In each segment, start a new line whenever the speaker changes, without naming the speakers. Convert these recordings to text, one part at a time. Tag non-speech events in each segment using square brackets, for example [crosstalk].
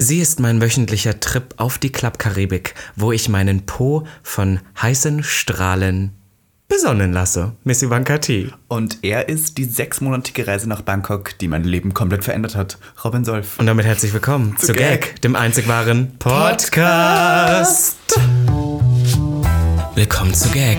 Sie ist mein wöchentlicher Trip auf die Klappkaribik, wo ich meinen Po von heißen Strahlen besonnen lasse. Miss Ivanka T.
Und er ist die sechsmonatige Reise nach Bangkok, die mein Leben komplett verändert hat. Robin Solf.
Und damit herzlich willkommen zu, Gag,
Gag.
dem einzig wahren Podcast. Willkommen zu Gag,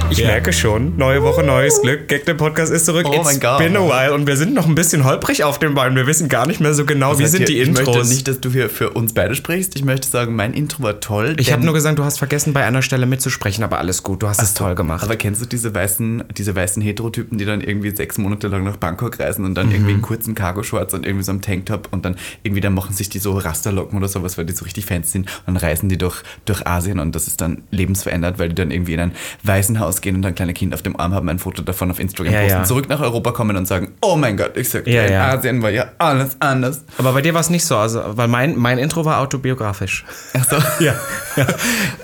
Ich merke schon, neue Woche, neues Glück. Gag, der Podcast ist zurück.
Oh
It's
mein Gott.
been a while und wir sind noch ein bisschen holprig auf den Beinen. Wir wissen gar nicht mehr so genau, wie
Sagt
sind
ihr,
die
ich Ich möchte
Intros.
nicht, dass du hier für uns beide sprichst. Ich möchte sagen, mein Intro war toll.
ich habe
denn-
nur gesagt, du hast vergessen, bei einer Stelle mitzusprechen, aber alles gut, du hast es toll gemacht.
Aber kennst du diese weißen, diese weißen Heterotypen, die dann irgendwie sechs Monate lang nach Bangkok reisen und dann
Mhm.
irgendwie in kurzen Cargo-Shorts und irgendwie so einem Tanktop und dann irgendwie dann machen sich die so Rasterlocken oder sowas, weil die so richtig Fans sind und dann reisen die durch, durch Asien und das ist dann lebensverändert, weil die dann irgendwie in ein weißen Haus gehen und dann kleine Kinder auf dem Arm haben, ein Foto davon auf Instagram
Ja,
posten,
ja.
zurück nach Europa kommen und sagen, oh mein Gott, ich sag dir,
Ja,
in
ja.
Asien war ja alles anders.
Aber bei dir war es nicht so, also, weil mein, mein Intro war autobiografisch.
Achso.
Ja.
[laughs] ähm,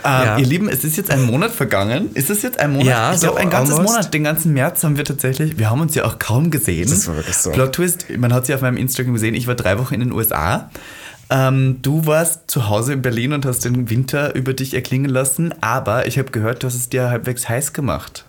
Ja.
Ihr Lieben, es ist jetzt ein Monat vergangen. Ist es jetzt ein Monat?
Ja,
ich
so
glaube, ein ganzes
almost.
Monat. Den ganzen März haben wir tatsächlich, wir haben uns ja auch kaum gesehen.
Das war wirklich so.
Plot Twist, man hat sie auf meinem Instagram gesehen. Ich war drei Wochen in den USA. Ähm, du warst zu Hause in Berlin und hast den Winter über dich erklingen lassen. Aber ich habe gehört, du hast es dir halbwegs heiß gemacht.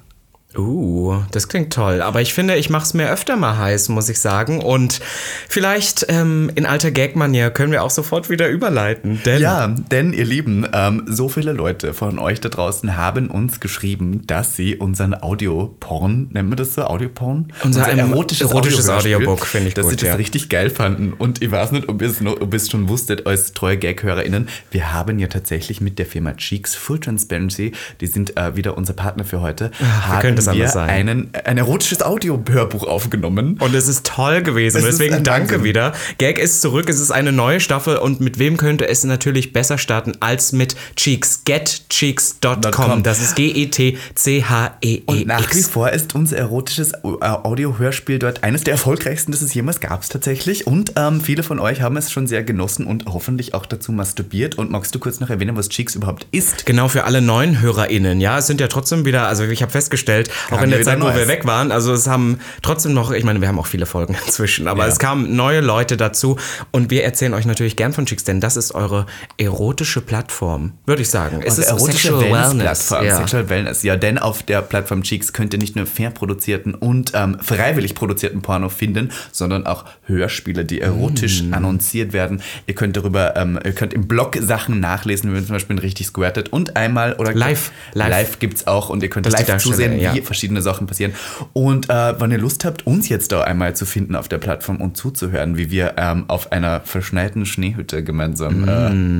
Uh, das klingt toll. Aber ich finde, ich mache es mir öfter mal heiß, muss ich sagen. Und vielleicht ähm, in alter Gag-Manier können wir auch sofort wieder überleiten. Denn
Ja, denn ihr Lieben, ähm, so viele Leute von euch da draußen haben uns geschrieben, dass sie unseren Audioporn, nennen wir das so, Audioporn?
Unser em- erotisches
Audiohörspiel,
Audiobook, finde ich
Dass
gut,
sie das
ja.
richtig geil fanden. Und ich weiß nicht, ob ihr es noch- ob ihr es schon wusstet, als treue Gag-HörerInnen, wir haben ja tatsächlich mit der Firma Cheeks Full Transparency, die sind äh, wieder unser Partner für heute,
wie
haben
könnte es
wir
anders sein?
Einen, ein erotisches Audiohörbuch aufgenommen.
Und es ist toll gewesen.
Es ist
Deswegen
ein
danke
Wahnsinn.
wieder. Gag ist zurück. Es ist eine neue Staffel. Und mit wem könnte es natürlich besser starten als mit Cheeks? GetCheeks.com.
.com.
Das ist E
Und nach wie
G-E-T-C-H-E-E-X.
vor ist unser erotisches äh, Audio-Hörspiel dort eines der erfolgreichsten, das es jemals gab tatsächlich. Und ähm, viele von euch haben es schon sehr genossen und hoffentlich auch dazu masturbiert. Und magst du kurz noch erwähnen, was Cheeks überhaupt ist?
Genau für alle neuen HörerInnen. Ja, es sind ja trotzdem wieder, also ich habe festgestellt, auch in der
wieder
Zeit, wo
Neues.
wir weg waren, also es haben trotzdem noch, ich meine, wir haben auch viele Folgen [laughs] inzwischen, aber
Ja.
es kamen neue Leute dazu und wir erzählen euch natürlich gern von Chicks, denn das ist eure erotische Plattform, würde ich sagen. Es ist Sexual Wellness.
Plattform,
Ja.
Sexual Wellness. Ja, denn auf der Plattform Cheeks könnt ihr nicht nur fair produzierten und ähm, freiwillig produzierten Porno finden, sondern auch Hörspiele, die erotisch
Mm.
annonciert werden. Ihr könnt darüber, ähm, ihr könnt im Blog Sachen nachlesen, wenn ihr zum Beispiel ein richtig squirtet und einmal oder
Live, live.
live, gibt's auch und ihr könnt
Das ist die
live
Darsteller,
zusehen,
ja.
wie verschiedene Sachen passieren. Und äh, wenn ihr Lust habt, uns jetzt da einmal zu finden auf der Plattform und zuzuhören, wie wir ähm, auf einer verschneiten Schneehütte gemeinsam
Mm.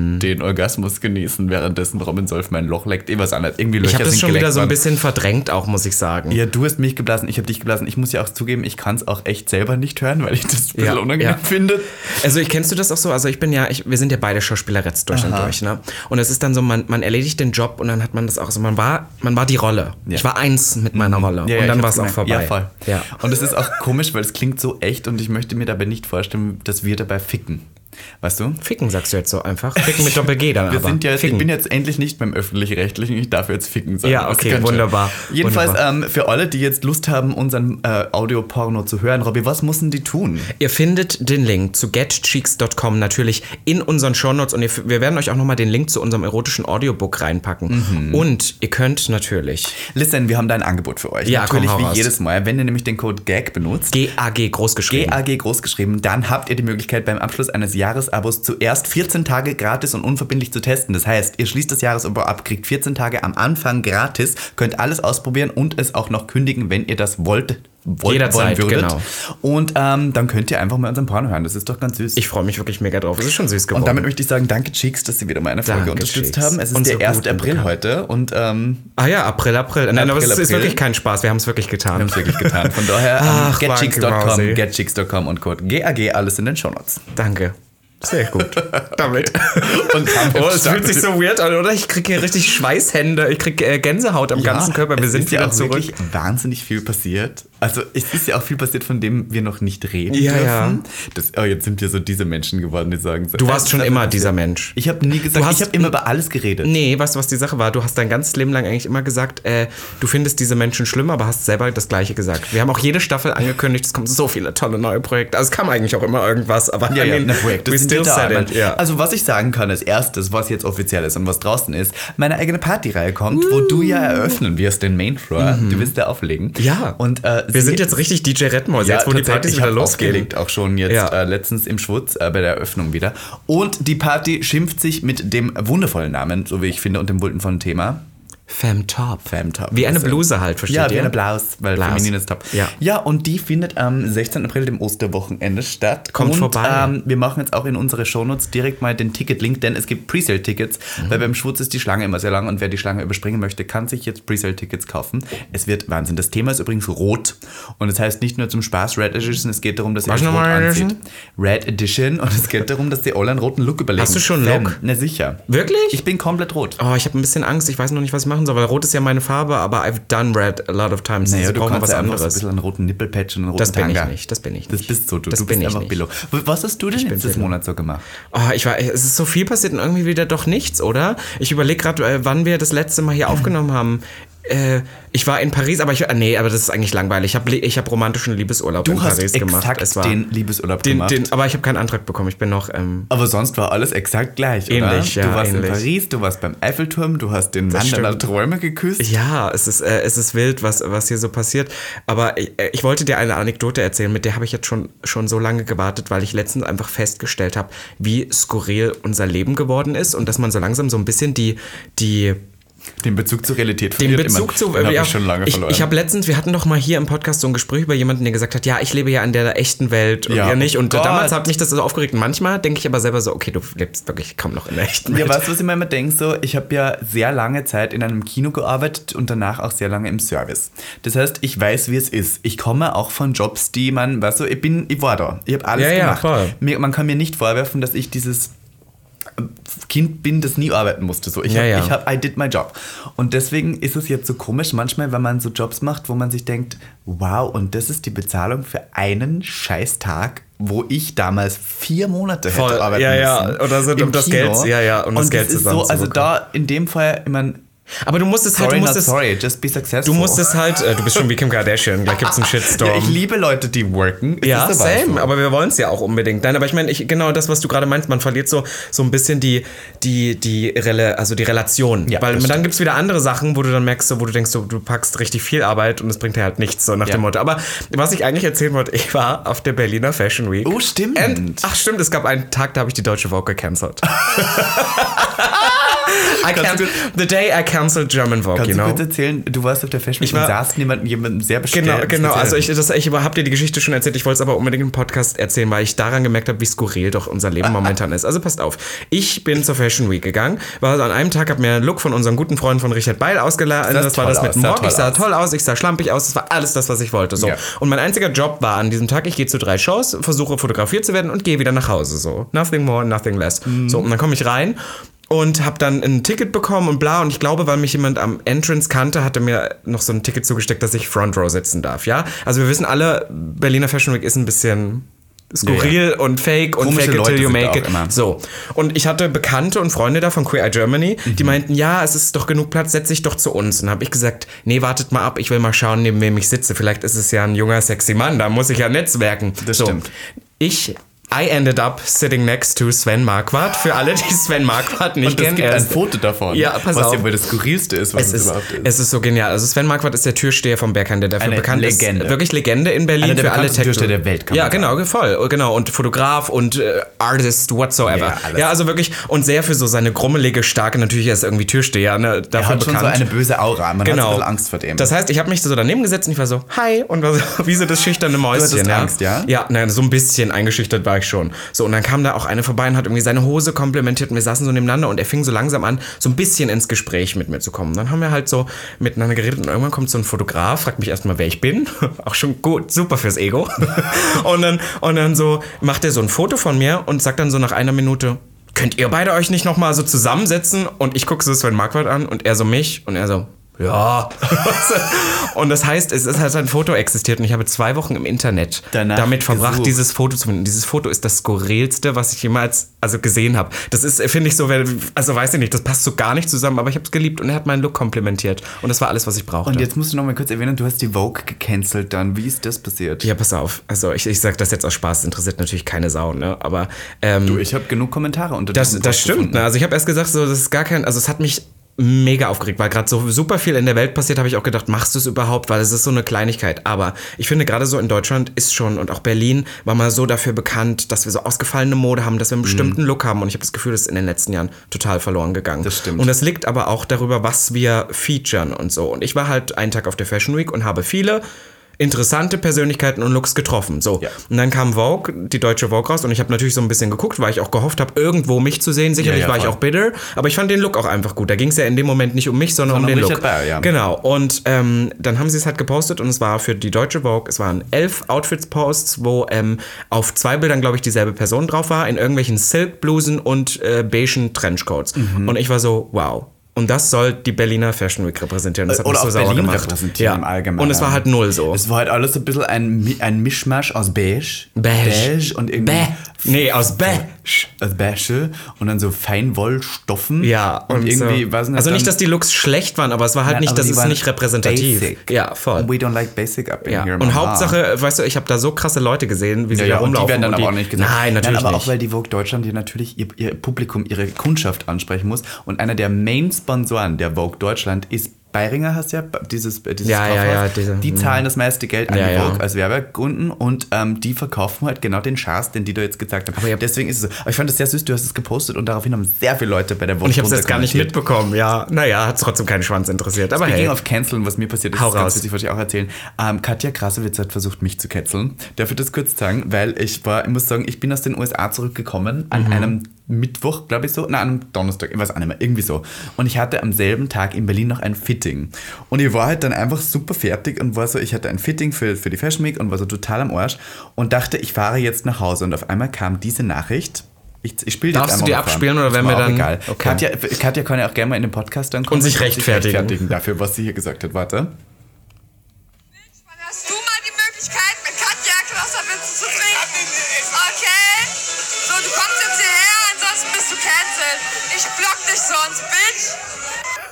äh, den Orgasmus genießen, währenddessen Robin Solf mein Loch leckt. Eh was anderes. Irgendwie Löcher
Ich habe das
sind
schon
geleckt
wieder so ein
worden.
bisschen verdrängt, auch muss ich sagen.
Ja, du hast mich geblasen, ich habe dich geblasen. Ich muss ja auch zugeben, ich kann es auch echt selber nicht hören, weil ich das ein bisschen
Ja,
unangenehm
ja.
finde.
Also ich kennst du das auch so? Also ich bin ja, ich, wir sind ja beide Schauspieler jetzt durch und durch, ne? Und es ist dann so, man, man erledigt den Job und dann hat man das auch so. Man war, man war die Rolle. Ich war eins mit meiner Rolle.
Mhm. Ja, ja,
und dann
ich
war
hab's
es auch
gemerkt.
vorbei.
Ja, voll.
Ja.
Und es ist auch komisch, weil es klingt so echt und ich möchte mir dabei nicht vorstellen, dass wir dabei ficken. Weißt du?
Ficken sagst du jetzt so
[laughs]
einfach. Ficken mit Doppel-G dann
Wir
aber.
sind ja,
Ficken.
ich bin jetzt endlich nicht beim öffentlich-rechtlichen, ich darf jetzt ficken sagen.
Ja,
Das
okay,
könnte-
wunderbar,
Jedenfalls
wunderbar.
Ähm, für alle, die jetzt Lust haben, unseren äh, Audio-Porno zu hören, Robby, was müssen die tun?
Ihr findet den Link zu getcheeks.com natürlich in unseren Shownotes und ihr, f- wir werden euch auch nochmal den Link zu unserem erotischen Audiobook
Mhm.
reinpacken. Und ihr könnt natürlich
Listen, wir haben da ein Angebot für euch.
Ja, komm,
Natürlich
hau
wie
raus.
jedes Mal. Wenn ihr nämlich den Code GAG benutzt,
GAG großgeschrieben.
GAG E großgeschrieben, dann habt ihr die Möglichkeit, beim Abschluss eines Jahresabos zuerst 14 Tage gratis und unverbindlich zu testen. Das heißt, ihr schließt das Jahresabo ab, kriegt 14 Tage am Anfang gratis, könnt alles ausprobieren und es auch noch kündigen, wenn ihr das wollt. Wollt,
Jederzeit,
wollen würdet.
genau.
Und ähm, dann könnt ihr einfach mal unseren Porno hören. Das ist doch ganz süß.
Ich freue mich wirklich mega drauf. Es ist schon süß geworden.
und damit möchte ich sagen, danke Cheeks, dass Sie wieder meine Folge
Danke,
unterstützt
Cheeks.
haben. Es ist
Unsere
der 1.
guten
April
Bekannten.
heute und ähm,
Ah ja, April, April. Nein, aber es
April,
ist
April.
wirklich kein Spaß. Wir haben es wirklich
wir
getan.
haben
[laughs]
es wirklich getan. Von daher ähm,
Ach,
getcheeks.com,
Wahnsinn. [laughs]
getcheeks.com und Code GAG, alles in den Shownotes.
Danke. Sehr
[laughs]
gut. Damit.
Und
[laughs] Oh, es fühlt sich so weird an, oder? Ich kriege hier richtig Schweißhände, ich kriege äh, Gänsehaut am ganzen Körper. Wir
es
sind
ist ja
wieder
auch
zurück.
wirklich wahnsinnig viel passiert. Also es ist ja auch viel passiert, von dem wir noch nicht reden
Ja,
dürfen.
ja.
Das, oh, jetzt sind wir so diese Menschen geworden, die sagen so.
Du warst
äh,
schon
das
immer
ist-
dieser Mensch.
Ich habe nie gesagt,
Du hast-
ich habe immer über alles geredet.
Nee, weißt du, was die Sache war? Du hast dein ganzes Leben lang eigentlich immer gesagt, äh, du findest diese Menschen schlimm, aber hast selber das Gleiche gesagt. Wir haben auch jede Staffel angekündigt, es kommen so viele tolle neue Projekte. Also es kam eigentlich auch immer irgendwas, aber
Ja,
I
ja,
mean,
na, Projekte
we
sind
still
ja da.
said
Mann.
it. Ja.
Also was ich sagen kann als erstes, was jetzt offiziell ist und was draußen ist, meine eigene Partyreihe kommt, wo du ja eröffnen wirst, den Main Floor. Du wirst da
Mm.
auflegen.
Mhm. ja,
Und äh,
wir
sie-
sind jetzt richtig DJ Redmond,
Ja,
jetzt wo die
tatsächlich,
Partys
ich
wieder
hab
losgehen.
aufgelegt, auch schon jetzt
Ja.
äh, letztens im Schwutz äh, bei der Eröffnung wieder. Und die Party schimpft sich mit dem wundervollen Namen, so wie ich finde, und dem wundervollen Thema.
Femtop.
Femtop.
Wie eine
Also-
Bluse halt, versteht
Ja,
ihr?
wie eine Blouse, weil
Blouse.
feminin ist top.
Ja.
ja, und die findet am 16. April, dem Osterwochenende, statt.
Kommt
und,
vorbei.
Ähm, wir machen jetzt auch in unsere Shownotes direkt mal den Ticket-Link, denn es gibt Presale-Tickets,
Mhm.
weil beim Schwutz ist die Schlange immer sehr lang und wer die Schlange überspringen möchte, kann sich jetzt Presale-Tickets kaufen. Es wird Wahnsinn. Das Thema ist übrigens rot und es heißt nicht nur zum Spaß Red Edition, es geht darum, dass ihr
Was
euch rot
nochmal Red
anzieht.
Edition?
Red Edition und es geht darum, dass die alle einen roten Look überlegen.
Hast du schon einen Look?
Fem, Na sicher.
Wirklich?
Ich bin komplett rot.
Oh, ich habe ein bisschen Angst. Ich weiß noch nicht, was ich machen soll, weil rot ist ja meine Farbe, aber I've done red a lot of times.
Naja,
Sie Also
du
brauchen
kannst
was
ja einfach so ein
anderes.
bisschen einen roten Nippelpatch und einen roten
Das bin ich
Tanga.
nicht, das bin ich
Das
nicht.
bist so du,
Das
du
bin
bist
ich
einfach
nicht.
Billo. Was hast du denn letztes
Billo.
Monat so gemacht?
Oh, ich war, es ist so viel passiert und irgendwie wieder doch nichts, oder? Ich überlege gerade, äh, wann wir das letzte Mal
Mhm.
hier aufgenommen haben. Äh, ich war in Paris, aber ich ah, nee, aber das ist eigentlich langweilig. Ich habe ich hab romantischen Liebesurlaub in
Du hast
Paris gemacht.
exakt
Es war
den Liebesurlaub
den,
gemacht.
den, aber ich habe keinen Antrag bekommen. Ich bin noch ähm,
aber sonst war alles exakt gleich,
Ähnlich, ja,
oder? du warst
ähnlich.
in Paris, du warst beim Eiffelturm, du hast den Mann deiner
stimmt.
Träume geküsst.
Ja, es ist, äh, es ist wild, was, was hier so passiert. Aber ich, äh, ich wollte dir eine Anekdote erzählen, mit der habe ich jetzt schon, schon so lange gewartet, weil ich letztens einfach festgestellt habe, wie skurril unser Leben geworden ist und dass man so langsam so ein bisschen die, die
den Bezug zur Realität
den
verliert
Bezug
immer.
zu.
Den habe
ja,
ich schon lange
ich,
verloren.
Ich habe letztens, wir hatten doch mal hier im Podcast so ein Gespräch über jemanden, der gesagt hat, ja, ich lebe ja in der echten Welt und
Ja. Oh
ihr nicht. Und
Gott.
damals hat mich das so aufgeregt. Und Manchmal denke ich aber selber so, okay, du lebst wirklich kaum noch in der echten Welt.
Ja, weißt du, was ich mir immer denke? So, ich habe ja sehr lange Zeit in einem Kino gearbeitet und danach auch sehr lange im Service. Das heißt, ich weiß, wie es ist. Ich komme auch von Jobs, die man, weißt du, ich bin, ich war da. Ich habe alles
Ja, ja,
gemacht.
voll.
mir, man kann mir nicht vorwerfen, dass ich dieses Kind bin, das nie arbeiten musste. So, ich
Ja,
habe,
ja.
ich hab, I did my job. Und deswegen ist es jetzt so komisch manchmal, wenn man so Jobs macht, wo man sich denkt, wow, und das ist die Bezahlung für einen Scheißtag, wo ich damals vier Monate
Voll,
hätte arbeiten
ja, ja.
müssen.
Oder so, um
Im
das Geld- ja, ja, um
und
das
das
Geld
ist so, also
zusammenzubekommen.
da in dem Fall, ich meine,
Aber du musst es halt,
sorry,
du musst
not
es,
sorry, just be
du
successful. [laughs]
musst es halt, äh, du bist schon wie Kim Kardashian, gleich gibt's einen Shitstorm.
ja, ich liebe Leute, die worken. Es
Ja,
ist aber
same,
so.
aber wir wollen es ja auch unbedingt. Nein, aber ich meine, ich, genau das, was du gerade meinst, man verliert so, so ein bisschen die, die, die, Rele, also die Relation.
Ja,
Weil
das
dann gibt es wieder andere Sachen, wo du dann merkst, so, wo du denkst, so, du packst richtig viel Arbeit und es bringt dir halt nichts, so nach
Ja.
dem Motto. Aber was ich eigentlich erzählen wollte, ich war auf der Berliner Fashion Week.
Oh, stimmt.
And, ach stimmt, es gab einen Tag, da habe ich die Deutsche Vogue
[laughs]
gecancelt. I
Kannst du
can't, the day I cancelled German Vogue,
Kannst
you know.
du kurz erzählen, du warst auf der Fashion Week
war-
und saßt neben jemandem sehr bestell-
Genau, genau. Also ich,
speziellen.
das, ich habe dir die Geschichte schon erzählt. Ich wollte es aber unbedingt im Podcast erzählen, weil ich daran gemerkt habe, wie skurril doch unser Leben momentan ist. Also passt auf. Ich bin zur Fashion Week gegangen, war an einem Tag, habe mir einen Look von unserem guten Freund von Richard Beil ausgeladen.
Sah
Das, war
toll
das mit
aus, sah
Mock.
toll
Ich sah
aus.
toll aus, ich sah schlampig aus. Das war alles das, was ich wollte. So.
Ja.
Und mein einziger Job war an diesem Tag, ich gehe zu drei Shows, versuche fotografiert zu werden und gehe wieder nach Hause. So. Nothing more, nothing less. So, und dann komme ich rein. Und habe dann ein Ticket bekommen und bla. Und ich glaube, weil mich jemand am Entrance kannte, hatte mir noch so ein Ticket zugesteckt, dass ich Front Row sitzen darf, ja? Also wir wissen alle, Berliner Fashion Week ist ein bisschen skurril und fake und
Komische
fake it
Leute
till you
sind da
make
auch
it.
immer.
So. Und ich hatte Bekannte und Freunde da von Queer Eye Germany,
Mhm.
die meinten, ja, es ist doch genug Platz, setz dich doch zu uns. Und habe ich gesagt, nee, wartet mal ab, ich will mal schauen, neben wem ich sitze. Vielleicht ist es ja ein junger, sexy Mann, da muss ich ja netzwerken.
Das
so.
stimmt.
Ich... I ended up sitting next to Sven Marquardt. Für alle, die Sven Marquardt nicht
Und es
kennen,
gibt
er
ein
ist
Foto davon,
Ja, pass
was
auf.
ja wohl das Skurrilste ist, was es,
es ist,
überhaupt ist.
es ist so genial. Also Sven Marquardt ist der Türsteher vom Berghain, der dafür
Eine
bekannt ist.
Legende.
Wirklich Legende in Berlin
Einer der
für alle
bekanntesten
Tech-
Türsteher der Welt, kann
Ja,
man
genau, voll. Genau. Und Fotograf und äh, Artist whatsoever. Ja,
Ja, alles.
also wirklich. Und sehr für so seine grummelige, starke, natürlich er ist irgendwie Türsteher, ne, dafür
er hat
bekannt.
schon so eine böse Aura, man hat so
genau.
ein bisschen Angst vor dem.
Das heißt, ich habe mich so daneben [laughs] gesetzt und ich war so, hi, und war so, wie so das schüchterne Mäuschen.
Angst, ja?
Ja, nein, so ein bisschen eingeschüchtert war ich schon. So, und dann kam da auch eine vorbei und hat irgendwie seine Hose komplimentiert und wir saßen so nebeneinander und er fing so langsam an, so ein bisschen ins Gespräch mit mir zu kommen. Dann haben wir halt so miteinander geredet und irgendwann kommt so ein Fotograf, fragt mich erstmal, wer ich bin. [laughs] Auch schon gut, super fürs Ego. [laughs] und, dann, und dann so macht er so ein Foto von mir und sagt dann so nach einer Minute, könnt ihr beide euch nicht nochmal so zusammensetzen? Und ich gucke so Sven Marquardt an und er so mich und er so, ja. [laughs] und das heißt, es ist halt ein Foto existiert und ich habe zwei Wochen im Internet
Danach
damit verbracht,
gesucht.
dieses Foto zu finden. Dieses Foto ist das skurrilste, was ich jemals also gesehen habe. Das ist, finde ich so, wenn- also weiß ich nicht, das passt so gar nicht zusammen, aber ich habe es geliebt und er hat meinen Look komplimentiert und das war alles, was ich brauchte.
Und jetzt musst du noch mal kurz erwähnen, du hast die Vogue gecancelt dann. Wie ist das passiert?
ja, pass auf. Also ich, ich sag das jetzt aus Spaß, interessiert natürlich keine Sau, ne? Aber ähm,
Du, ich habe genug Kommentare unter
Das,
diesem
das
Post
stimmt.
gefunden.
Ne? Also ich habe erst gesagt, so, das ist gar kein, also es hat mich mega aufgeregt, weil gerade so super viel in der Welt passiert, habe ich auch gedacht, machst du es überhaupt, weil es ist so eine Kleinigkeit. Aber ich finde gerade so in Deutschland ist schon und auch Berlin war mal so dafür bekannt, dass wir so ausgefallene Mode haben,
Mhm.
dass wir einen bestimmten Look haben und ich habe das Gefühl, das ist in den letzten Jahren total verloren gegangen.
Das stimmt.
Und das liegt aber auch darüber, was wir featuren und so. Und ich war halt einen Tag auf der Fashion Week und habe viele interessante Persönlichkeiten und Looks getroffen. So.
Ja.
Und dann kam Vogue, die deutsche Vogue raus und ich habe natürlich so ein bisschen geguckt, weil ich auch gehofft habe, irgendwo mich zu sehen. Sicherlich
Ja, ja,
war ich
voll.
auch bitter, aber ich fand den Look auch einfach gut. Da ging es ja in dem Moment nicht um mich, sondern, um
Sondern
den
um
Look.
Richard Baer, ja.
Genau. Und ähm, dann haben sie es halt gepostet und es war für die deutsche Vogue, es waren elf Outfits-Posts, wo ähm, auf zwei Bildern, glaube ich, dieselbe Person drauf war, in irgendwelchen Silk-Blusen und äh, beigen Trenchcoats.
Mhm.
Und ich war so, wow. Und das soll die Berliner Fashion Week repräsentieren. Das hat
Oder
mich so
auch
sauer
Berlin
gemacht.
repräsentieren
ja.
im Allgemeinen.
Und es war halt null so.
Es war halt alles so ein bisschen ein, Mi- ein Mischmasch aus beige.
Beige.
und irgendwie.
Bäh. Nee, aus Bäh.
Aus beige und dann so Feinwollstoffen.
Ja,
und, irgendwie,
so.
weiß nicht,
Also nicht,
dann-
dass die Looks schlecht waren, aber es war halt
Nein,
nicht,
aber
das
die
ist
waren
nicht repräsentativ.
basic.
Ja, voll.
We don't like basic up in
Ja.
here.
Und
Mama.
Hauptsache, weißt du, ich habe da so krasse Leute gesehen, wie sie
Ja,
da
ja, und
rumlaufen.
die werden dann
und
aber auch nicht gesagt.
Nein, natürlich
Nein, aber
nicht.
auch, weil die Vogue Deutschland hier natürlich ihr, ihr Publikum, ihre Kundschaft ansprechen muss. Und einer der Main-Sponsoren der Vogue Deutschland ist Beiringer, hast du ja, dieses, äh, dieses
Ja, ja,
Kaufhaus.
ja, diese- hm.
die zahlen das meiste Geld an
Ja,
die
ja.
Vogue als Werbekunden und ähm, die verkaufen halt genau den Schatz, den die da jetzt gesagt haben.
ihr habt-
Deswegen ist es so. Aber ich fand das sehr süß, du hast es gepostet und daraufhin haben sehr viele Leute bei der Vogue
und ich habe es jetzt gar nicht
runterkommentiert.
mitbekommen. Ja, naja, hat trotzdem keinen Schwanz interessiert. Aber
Speaking
hey.
of canceln, was mir passiert ist,
Hau
ist ganz
raus.
witzig, wollte ich auch erzählen. Ähm, Katja Krasowitz hat versucht, mich zu canceln. Darf ich das kurz sagen? Weil ich war, ich muss sagen, ich bin aus den USA zurückgekommen an
Mhm.
einem Mittwoch, glaube ich so, nein, an einem Donnerstag, ich weiß auch nicht mehr, irgendwie so. Und ich hatte am selben Tag in Berlin noch ein Fitting. Und ich war halt dann einfach super fertig und war so, ich hatte ein Fitting für, für die Fashion Week und war so total am Arsch und dachte, ich fahre jetzt nach Hause. Und auf einmal kam diese Nachricht. Ich, ich spiele
Darfst
jetzt
du
einmal
die
mal vor.
abspielen oder
Ist
werden
mir
wir
auch
dann-
Egal.
Okay.
Katja, Äh, Katja kann ja auch gerne mal in den Podcast dann kommen.
Und sich rechtfertigen.
dafür, was sie hier gesagt hat. Warte.
Wann hast du mal die Möglichkeit, mit Katja Klasserwitze zu trinken? Okay? So, du kommst jetzt hierher, ansonsten bist du cancelled. Ich block dich sonst, Bitch.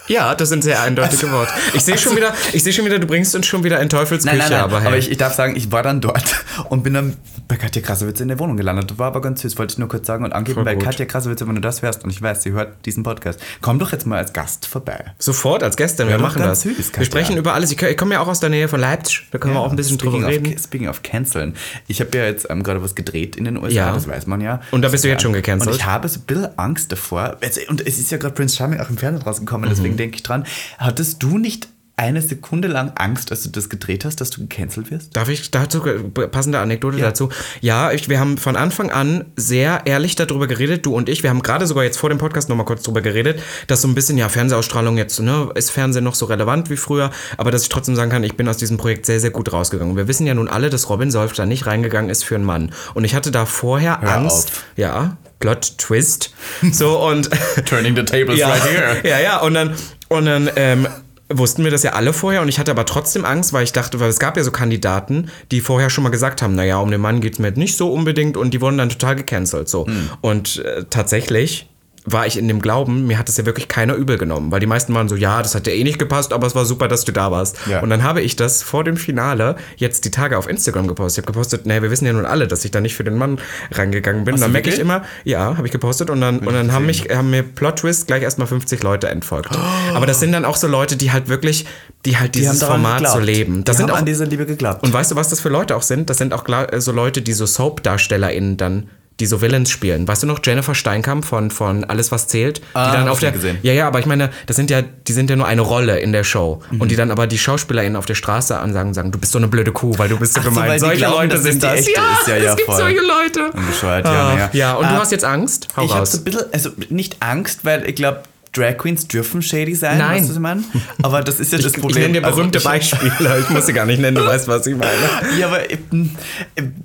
Ja, das sind sehr
[laughs]
eindeutige Worte. Ich sehe schon wieder, ich sehe schon wieder, du bringst uns schon wieder in Teufelsküche,
Nein, nein, nein.
aber
Aber,
hey.
ich, ich darf sagen, ich war dann dort [laughs] und bin dann bei Katja Krasowitz in der Wohnung gelandet. War aber ganz süß, wollte ich nur kurz sagen und angeben,
Voll
weil
gut.
Katja Krasowitz, wenn du das hörst, und ich weiß, sie hört diesen Podcast, komm doch jetzt mal als Gast vorbei.
Sofort als gestern, wir
doch
machen das.
ganz süß,
wir
Katja.
sprechen über alles. Ich ich komme ja auch aus der Nähe von Leipzig, da können wir auch ein bisschen
Speaking
drüber
of-
reden.
Speaking of canceln. Ich habe ja jetzt ähm, gerade was gedreht in den USA,
Ja.
das weiß man ja.
Und da bist du jetzt schon
Und
gecancelt?
ich habe so ein bisschen Angst davor. Jetzt, und es ist ja gerade Prince Charming auch im Fernsehen rausgekommen,
Mhm.
deswegen denke ich dran. Hattest du nicht eine Sekunde lang Angst, als du das gedreht hast, dass du gecancelt wirst?
Darf ich dazu passende Anekdote dazu? Ja, ich, wir haben von Anfang an sehr ehrlich darüber geredet, du und ich. Wir haben gerade sogar jetzt vor dem Podcast nochmal kurz drüber geredet, dass so ein bisschen, ja, Fernsehausstrahlung jetzt, ne, ist Fernsehen noch so relevant wie früher, aber dass ich trotzdem sagen kann, ich bin aus diesem Projekt sehr, sehr gut rausgegangen. Wir wissen ja nun alle, dass Robin Solf da nicht reingegangen ist für einen Mann. Und ich hatte da vorher
Hör
Angst.
auf.
Ja, Plot Twist. So und
Turning the tables
ja. [laughs] Ja, ja, und dann, und dann ähm, wussten wir das ja alle vorher und ich hatte aber trotzdem Angst, weil ich dachte, weil es gab ja so Kandidaten, die vorher schon mal gesagt haben, naja, um den Mann geht's mir jetzt nicht so unbedingt und die wurden dann total gecancelt. So. Und äh, tatsächlich war ich in dem Glauben, mir hat es ja wirklich keiner übel genommen, weil die meisten waren so, ja, das hat dir eh nicht gepasst, aber es war super, dass du da warst.
Ja.
Und dann habe ich das vor dem Finale jetzt die Tage auf Instagram gepostet. Ich habe gepostet, naja, wir wissen ja nun alle, dass ich da nicht für den Mann rangegangen bin. Und dann
du
merke ich
wirklich?
immer, ja, habe ich gepostet und dann, und dann haben, mich, haben mir Plot Twist gleich erstmal 50 Leute entfolgt. Aber das sind dann auch so Leute, die halt wirklich, die halt dieses
daran
Format so
geglaubt.
leben. Das
die
sind
haben
auch,
an diese Liebe geglaubt.
und weißt du, was das für Leute auch sind? Das sind auch gla- äh, so Leute, die so Soap-DarstellerInnen dann die so Villains spielen. Weißt du noch, Jennifer Steinkamp von, von Alles, was zählt? Die
Ah,
dann
hab
auf
ich
der.
schon gesehen.
Ja, ja, aber ich meine, das sind ja, die sind ja nur eine Rolle in der Show.
Mhm.
Und die dann aber die SchauspielerInnen auf der Straße ansagen und sagen, du bist so eine blöde Kuh, weil du bist so
Ach so,
gemein.
weil die
solche
glauben,
Leute
dass es
sind
die
das.
echte ist. Ja, ja,
es gibt
voll.
solche Leute.
Bescheuert, ja,
Ah,
naja.
ja, und du
Ah,
hast jetzt Angst? Hau
Ich habe
raus.
so ein bisschen, also nicht Angst, weil ich glaube, Drag Queens dürfen shady sein,
Nein.
weißt du, was ich meine? Aber das ist ja das
ich
Problem.
nenne dir berühmte
also, ich-
Beispiele. Ich muss sie gar nicht nennen, du weißt, was ich meine.
[laughs] Ja, aber äh,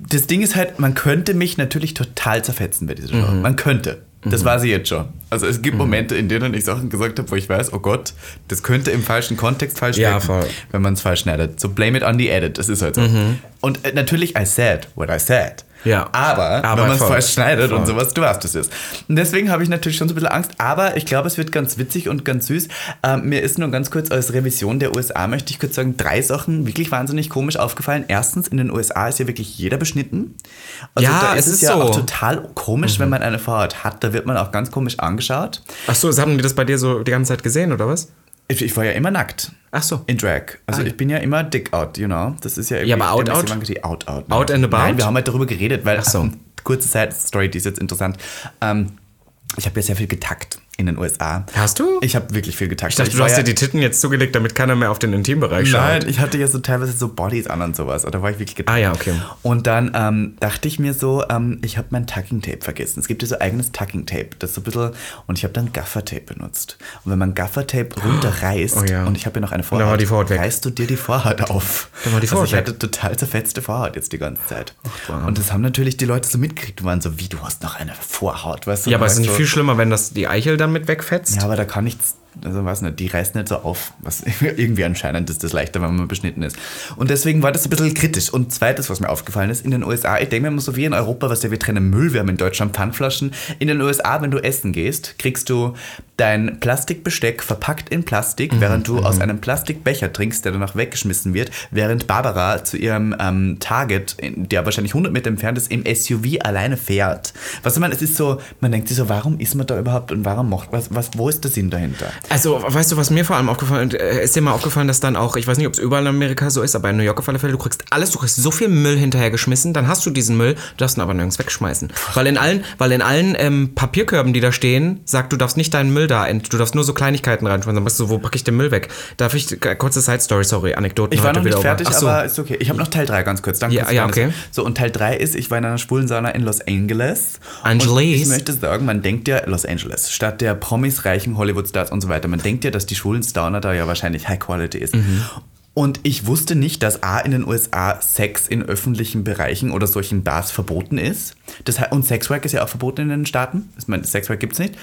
das Ding ist halt, man könnte mich natürlich total zerfetzen bei dieser Show.
Mhm.
Man könnte. Das war sie jetzt schon. Also es gibt Momente, in denen ich Sachen gesagt habe, wo ich weiß, oh Gott, das könnte im falschen Kontext falsch
Ja,
wirken,
voll. Mhm.
wenn man es falsch schneidet. So blame it on the edit, das ist halt so. Und äh, natürlich, I said what I said.
Ja.
Aber,
Aber
wenn man es
voll.
falsch schneidet und
Voll.
sowas, du weißt, es ist. Und deswegen habe ich natürlich schon so ein bisschen Angst, aber ich glaube, es wird ganz witzig und ganz süß. Ähm, mir ist nur ganz kurz als Revision der USA, möchte ich kurz sagen, drei Sachen wirklich wahnsinnig komisch aufgefallen. Erstens, in den USA ist ja wirklich jeder beschnitten. Also
Ja,
da ist
es
es
ist
ja
so. Mhm.
auch total komisch, wenn man eine Vorhaut hat. Da wird man auch ganz komisch angeschaut.
Ach so, haben die das bei dir so die ganze Zeit gesehen, oder was?
Ich, ich war ja immer nackt.
Ach so.
In Drag. Also
Ah.
ich bin ja immer dick out, you know. Das ist ja irgendwie...
aber out,
immer
out?
jemand gedacht, Out, out.
Out and about?
Nein, wir haben halt darüber geredet, weil...
Ach so.
[laughs] Kurze Zeit, Story, die ist jetzt interessant. Ähm, ich habe ja sehr viel getackt in den USA.
Hast du?
Ich habe wirklich viel getackt.
Ich dachte, du
war
hast
ja,
dir die Titten jetzt zugelegt, damit keiner mehr auf den Intimbereich schaut.
Nein, ich hatte ja so teilweise so Bodies an und sowas. Und da war ich wirklich getackt.
Ah, ja, okay.
Und dann ähm, dachte ich mir so, ähm, ich habe mein Tucking-Tape vergessen. Es gibt ja so eigenes Tucking-Tape. Das so ein bisschen... Und ich habe dann Gaffer-Tape benutzt. Und wenn
[gasps]
man Gaffer-Tape runterreißt...
Oh ja.
Und ich habe ja noch eine
dann
Vorhaut.
war die Vorhaut weg.
reißt du dir die Vorhaut auf.
Dann war die Vorhaut
also ich
weg.
hatte total zerfetzte Vorhaut jetzt die ganze Zeit. und das haben natürlich die Leute so mitgekriegt. Die waren so, wie, du hast noch eine Vorhaut, weißt du?
Ja, aber es ist
Weißt
nicht
du?
viel schlimmer, wenn das die Eichel damit wegfetzt.
Also- Ja, aber da kann nichts, also weiß nicht, die reißt nicht so auf. Was, [laughs] irgendwie anscheinend ist das leichter, wenn man beschnitten ist. Und deswegen war das ein bisschen kritisch. Und zweites, was mir aufgefallen ist, in den USA, ich denke mir immer so wie in Europa, was ja, wir trennen Müll, wir haben in Deutschland Pfandflaschen. In den USA, wenn du essen gehst, kriegst du dein Plastikbesteck verpackt in Plastik, während du aus einem Plastikbecher trinkst, der danach weggeschmissen wird, während Barbara zu ihrem ähm, Target, in- der wahrscheinlich 100 Meter entfernt ist, im SUV alleine fährt. Was ich meine, es ist so, man denkt sich so, warum ist man da überhaupt und warum macht was, was wo ist der Sinn dahinter?
Also, weißt du, was mir vor allem aufgefallen ist? Äh, Ist dir mal aufgefallen, dass dann auch, ich weiß nicht, ob es überall in Amerika so ist, aber in New York auf alle Fälle, du kriegst alles, du kriegst so viel Müll hinterhergeschmissen, dann hast du diesen Müll, du darfst ihn aber nirgends wegschmeißen. Weil in allen, weil in allen ähm, Papierkörben, die da stehen, sagt, du darfst nicht deinen Müll da, ent- du darfst nur so Kleinigkeiten reinschmeißen. Dann bist du, so, wo packe ich den Müll weg? Darf ich, äh, kurze Side-Story, sorry, Anekdoten
Ich war
heute
noch nicht
wieder um.
fertig,
Ach so.
aber ist okay. Ich habe noch Teil 3 ganz kurz. Danke.
Ja,
fürs
ja,
Hinweis.
okay.
So, und Teil 3 ist, ich war in einer schwulen Sauna in Los Angeles. Und
Angeles.
ich möchte sagen, man denkt ja, Los Angeles, statt der Promis, reichen Hollywood-Stars und so weiter, man denkt ja, dass die schwulen Sauna da ja wahrscheinlich High Quality ist.
Mhm.
Und ich wusste nicht, dass A in den USA Sex in öffentlichen Bereichen oder solchen Bars verboten ist. Das heißt, und Sexwork ist ja auch verboten in den Staaten. Ich meine, Sexwork gibt es nicht.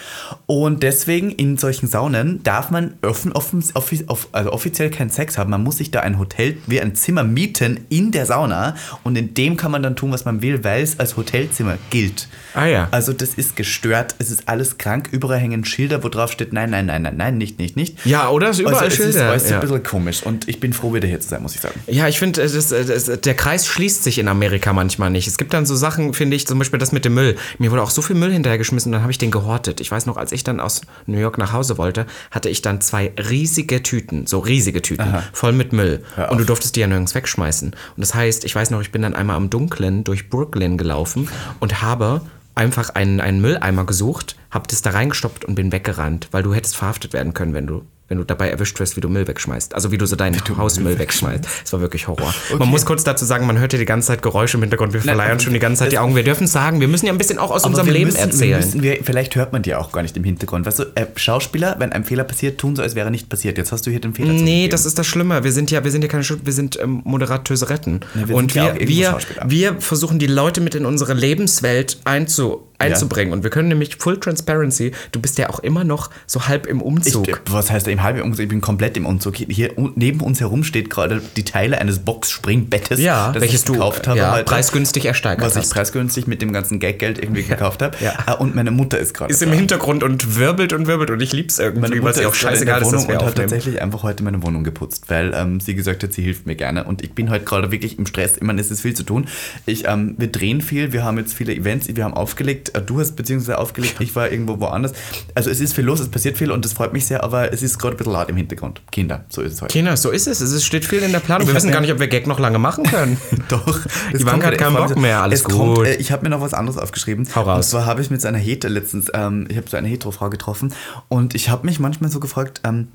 Und deswegen in solchen Saunen darf man offen, offen, offi, off, also offiziell keinen Sex haben. Man muss sich da ein Hotel, wie ein Zimmer mieten in der Sauna. Und in dem kann man dann tun, was man will, weil es als Hotelzimmer gilt.
Ah ja.
Also das ist gestört, es ist alles krank. Überall hängen Schilder, wo drauf steht, nein, nein, nein, nein, nein, nicht, nicht, nicht.
Ja, oder? Es ist überall
also, Es ist
Schilder,
alles
ja.
ein bisschen komisch. Und ich bin froh, wieder hier zu sein, muss ich sagen.
Ja, ich finde, das, das, der Kreis schließt sich in Amerika manchmal nicht. Es gibt dann so Sachen, finde ich, zum Beispiel das mit dem Müll. Mir wurde auch so viel Müll hinterhergeschmissen und dann habe ich den gehortet. Ich weiß noch, als ich dann aus New York nach Hause wollte, hatte ich dann zwei riesige Tüten, so riesige Tüten, voll mit Müll. Und du durftest die ja nirgends wegschmeißen. Und das heißt, ich weiß noch, ich bin dann einmal am Dunklen durch Brooklyn gelaufen und habe einfach einen, einen Mülleimer gesucht, hab das da reingestopft und bin weggerannt, weil du hättest verhaftet werden können, wenn du wenn du dabei erwischt wirst, wie du Müll wegschmeißt. Also wie du so deinen Hausmüll wegschmeißt. Es war wirklich Horror. Man muss kurz dazu sagen, man hört ja die ganze Zeit Geräusche im Hintergrund. Wir verleiern schon die ganze Zeit die Augen. Wir dürfen es sagen. Wir müssen ja ein bisschen auch aus unserem
also wir
Leben
müssen, Wir
erzählen.
müssen, wir, vielleicht hört man die auch gar nicht im Hintergrund. Weißt du, äh, Schauspieler, wenn ein Fehler passiert, tun so, als wäre nicht passiert. Jetzt hast du hier den Fehler.
Nee, das ist das Schlimme. Wir sind ja, wir sind ja keine Schu wir sind ähm, Moderatöseretten.
wir
und
sind ja auch
wir,
irgendwo
wir,
Schauspieler.
wir versuchen die Leute mit in unsere Lebenswelt einzu, einzubringen. Und wir können nämlich Full Transparency, du bist ja auch immer noch so halb im Umzug.
Ich, was heißt im halben Umzug? Ich bin komplett im Umzug. Hier- Hier un- neben uns herum steht gerade die Teile eines Boxspringbettes,
ja, welches
ich
du
gekauft habe
ja,
heute,
preisgünstig ersteigert
was ich
hast.
preisgünstig mit dem ganzen Geldgeld irgendwie gekauft habe.
Ja.
Ah, Und meine Mutter ist gerade.
Ist im
da.
Hintergrund und wirbelt und wirbelt und ich lieb's
Meine
irgendwie, weil
Mutter
es
ist
ja auch
gerade in
scheißegal
der
ist, dass
Wohnung
wir
und hat
aufnehmen.
tatsächlich einfach heute meine Wohnung geputzt, weil ähm, sie gesagt hat, sie hilft mir gerne. Und ich bin heute gerade wirklich im Stress. Ich meine, es ist viel zu tun. Ich, ähm, wir drehen viel, wir haben jetzt viele Events, wir haben aufgelegt. aufgelegt, äh, du hast beziehungsweise aufgelegt, ich war irgendwo woanders. Also es ist viel los, es passiert viel und das freut mich sehr, aber es ist gerade ein bisschen laut im Hintergrund. Kinder, so ist es heute.
Kinder, so ist es. Es steht viel in der Planung. Wir
Ich hab
wissen gar
mir-
nicht, ob wir Gag noch lange machen können.
Doch. es
Ivanka
kommt-
hat keinen
es kommt-
Bock mehr, alles
es Kommt,
gut.
äh, ich habe mir noch was anderes aufgeschrieben.
Hau raus.
Und zwar habe ich mit so einer Hete letztens, ähm, ich habe so eine Hetero-Frau getroffen und ich habe mich manchmal so gefragt, ähm,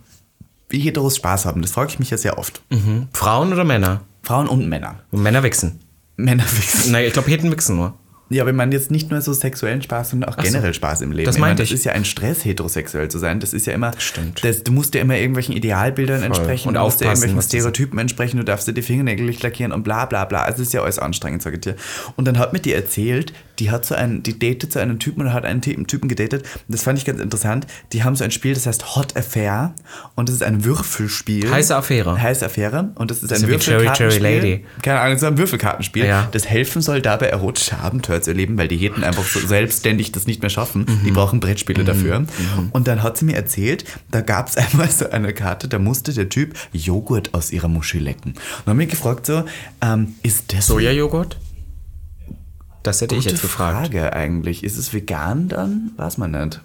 wie Heteros Spaß haben. Das frage ich mich ja sehr oft.
Mhm. [laughs] Frauen oder Männer?
Frauen und Männer.
Und Männer wichsen.
Männer [laughs] wichsen.
Naja, ich glaube, Heten wichsen nur.
Ja, aber ich meine jetzt nicht nur so sexuellen Spaß, sondern auch
so.
generell Spaß im Leben.
Das
meine,
meinte
Das
ich.
ist ja ein Stress, heterosexuell zu sein. Das ist ja immer.
stimmt.
Das, du musst ja immer irgendwelchen Idealbildern entsprechen.
Und
du musst ja
aufpassen,
irgendwelchen
was die sind.
Stereotypen entsprechen. Du darfst dir die Fingernägel nicht lackieren und bla bla bla. Es ist ja alles anstrengend, sag ich dir. Und dann hat mir die erzählt, die hat so einen, die datet zu einem Typen und hat einen Ty- Typen gedatet. Und das fand ich ganz interessant. Die haben so ein Spiel, das heißt Hot Affair. Und das ist ein Würfelspiel.
Heiße Affäre.
Heiße Affäre. Und das ist ein
ist ja wie Cherry Cherry
Würfelkartenspiel.
Lady.
Keine Ahnung, das ist ein Würfelkartenspiel.
Ja.
Das helfen soll dabei, erotische Abenteuer zu erleben, weil die Heten einfach so selbstständig das nicht mehr schaffen. Die
Mhm.
brauchen Brettspiele dafür. Und dann hat sie mir erzählt, da gab es [laughs] einmal so eine Karte, da musste der Typ Joghurt aus ihrer Muschel lecken. Und haben mich gefragt so, ähm, ist das
Sojajoghurt? Das hätte ich
gute
jetzt gefragt.
Frage eigentlich? Ist es vegan dann? Weiß man nicht.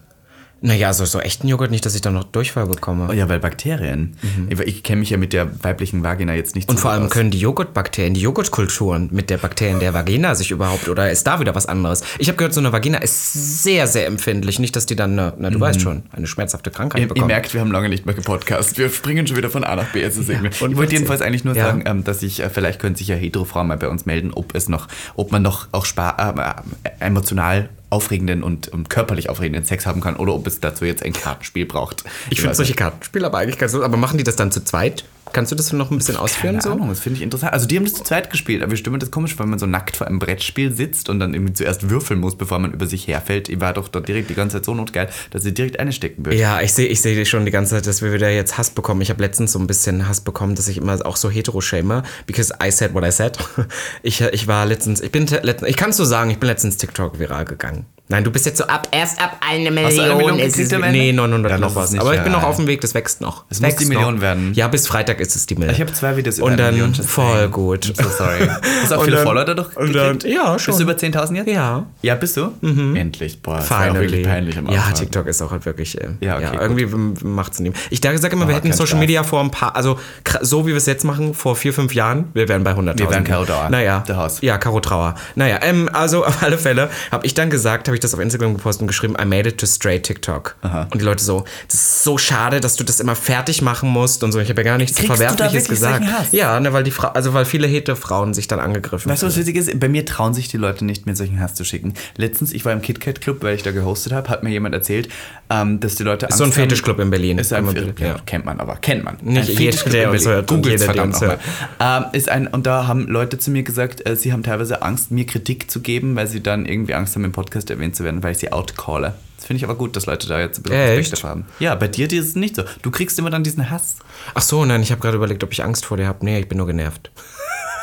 Naja, so, so echten Joghurt nicht, dass ich dann noch Durchfall bekomme.
Oh ja, weil Bakterien. Ich, ich kenne mich ja mit der weiblichen Vagina jetzt nicht
Mhm. Und
so
vor allem
aus.
können die Joghurtbakterien, die Joghurtkulturen mit der Bakterien der Vagina sich überhaupt oder ist da wieder was anderes? Ich habe gehört, so eine Vagina ist sehr, sehr empfindlich. Nicht, dass die dann, eine, na du weißt schon, eine schmerzhafte Krankheit
Ihr, ihr
bekommen.
merkt, wir haben lange nicht mehr gepodcast. Wir springen schon wieder von A nach B. Es ist irgendwie. ich wollte
witzig.
jedenfalls eigentlich nur
Ja.
sagen, ähm, dass ich, äh, vielleicht können sich ja Hetero-Frauen mal bei uns melden, ob es noch, ob man noch auch spa äh, äh, emotional aufregenden und, und körperlich aufregenden Sex haben kann oder ob es dazu jetzt ein Kartenspiel braucht.
ich finde
weiß
solche
nicht.
Kartenspiele aber eigentlich ganz Aber machen die das dann zu zweit? Kannst du das noch ein bisschen ausführen?
keine
so?
Ahnung, das finde ich interessant. Also die haben das zu zweit gespielt, aber ich stimme das komisch, weil man so nackt vor einem Brettspiel sitzt und dann irgendwie zuerst würfeln muss, bevor man über sich herfällt. Ich war doch dort direkt die ganze Zeit so notgeil, dass ich direkt eine stecken würde.
Ja, ich sehe ich seh schon die ganze Zeit, dass wir wieder jetzt Hass bekommen. Ich habe letztens so ein bisschen Hass bekommen, dass ich immer auch so hetero schäme, because I said what I said. [laughs] Ich, ich war letztens, ich bin te- letztens, ich kann so sagen, ich bin letztens TikTok viral gegangen. Nein, du bist jetzt so ab, erst ab eine Million.
Hast du eine Million
ist es,
gekriegt am Ende?
nee, 900
Dann
noch
ist es
was.
nicht
Aber ich bin noch
viral.
auf dem Weg, das wächst noch. Es
muss
wächst
die Million werden.
Ja, bis Freitag ist es die Million.
Ich habe zwei Videos über
Und
eine
dann
Million, just
voll
saying.
gut.
I'm so sorry. Hast du auch
Und
viele
dann-
Follower dadurch
und dann-
gekriegt?
ja, schon.
Bist du über 10.000 jetzt?
Ja. Mhm.
Ja, bist du? Endlich. Boah, das war ja auch
Finally.
wirklich peinlich am
ja,
Anfang.
TikTok ist auch halt wirklich. Äh,
Ja,
ja,
okay, gut.
irgendwie macht es nicht. Ich sage immer, wir hätten
kein
Social
Spaß.
Media vor ein paar, also kr- so wie wir es jetzt machen, vor vier, fünf Jahren, wir wären bei 100.000.
Wir wären Caro Dauer.
Naja.
Der Haus.
Ja, Caro Trauer. Naja, ähm, also auf alle Fälle habe ich dann gesagt, habe ich das auf Instagram gepostet und geschrieben, I made it to straight TikTok. Und die Leute so, das ist so schade, dass du das immer fertig machen musst und so. Ich habe ja gar nichts
Kriegst du da
Verwerfliches
wirklich
gesagt.
solchen Hass?
Ja, ne, weil die Fra also weil viele hete Frauen sich dann angegriffen
Weißt du, was witzig ist? Bei mir trauen sich die Leute nicht, mir solchen Hass zu schicken. Letztens, ich war im KitKat Club, weil ich da gehostet habe, hat mir jemand erzählt, ähm, dass die Leute Angst
so ein
haben-
Fetischclub in Berlin.
Ist ein
Immobil-
Fetischclub, ja.
ja.
kennt man aber, kennt man.
Nicht
ein
jeder,
Fetischclub
der
in
uns
Berlin.
hört und
Google's
jeder, der
verdammt
uns
nochmal. Ähm, ist ein, und da haben Leute zu mir gesagt, äh, sie haben teilweise Angst, mir Kritik zu geben, weil sie dann irgendwie Angst haben, im Podcast erwähnt zu werden, weil ich sie outcalle. Das finde ich aber gut, dass Leute da jetzt ein bisschen
Echt?
davor haben. Ja, bei dir ist es nicht so. Du kriegst immer dann diesen Hass.
Ach so, nein, ich habe gerade überlegt, ob ich Angst vor dir habe. Nee, ich bin nur genervt.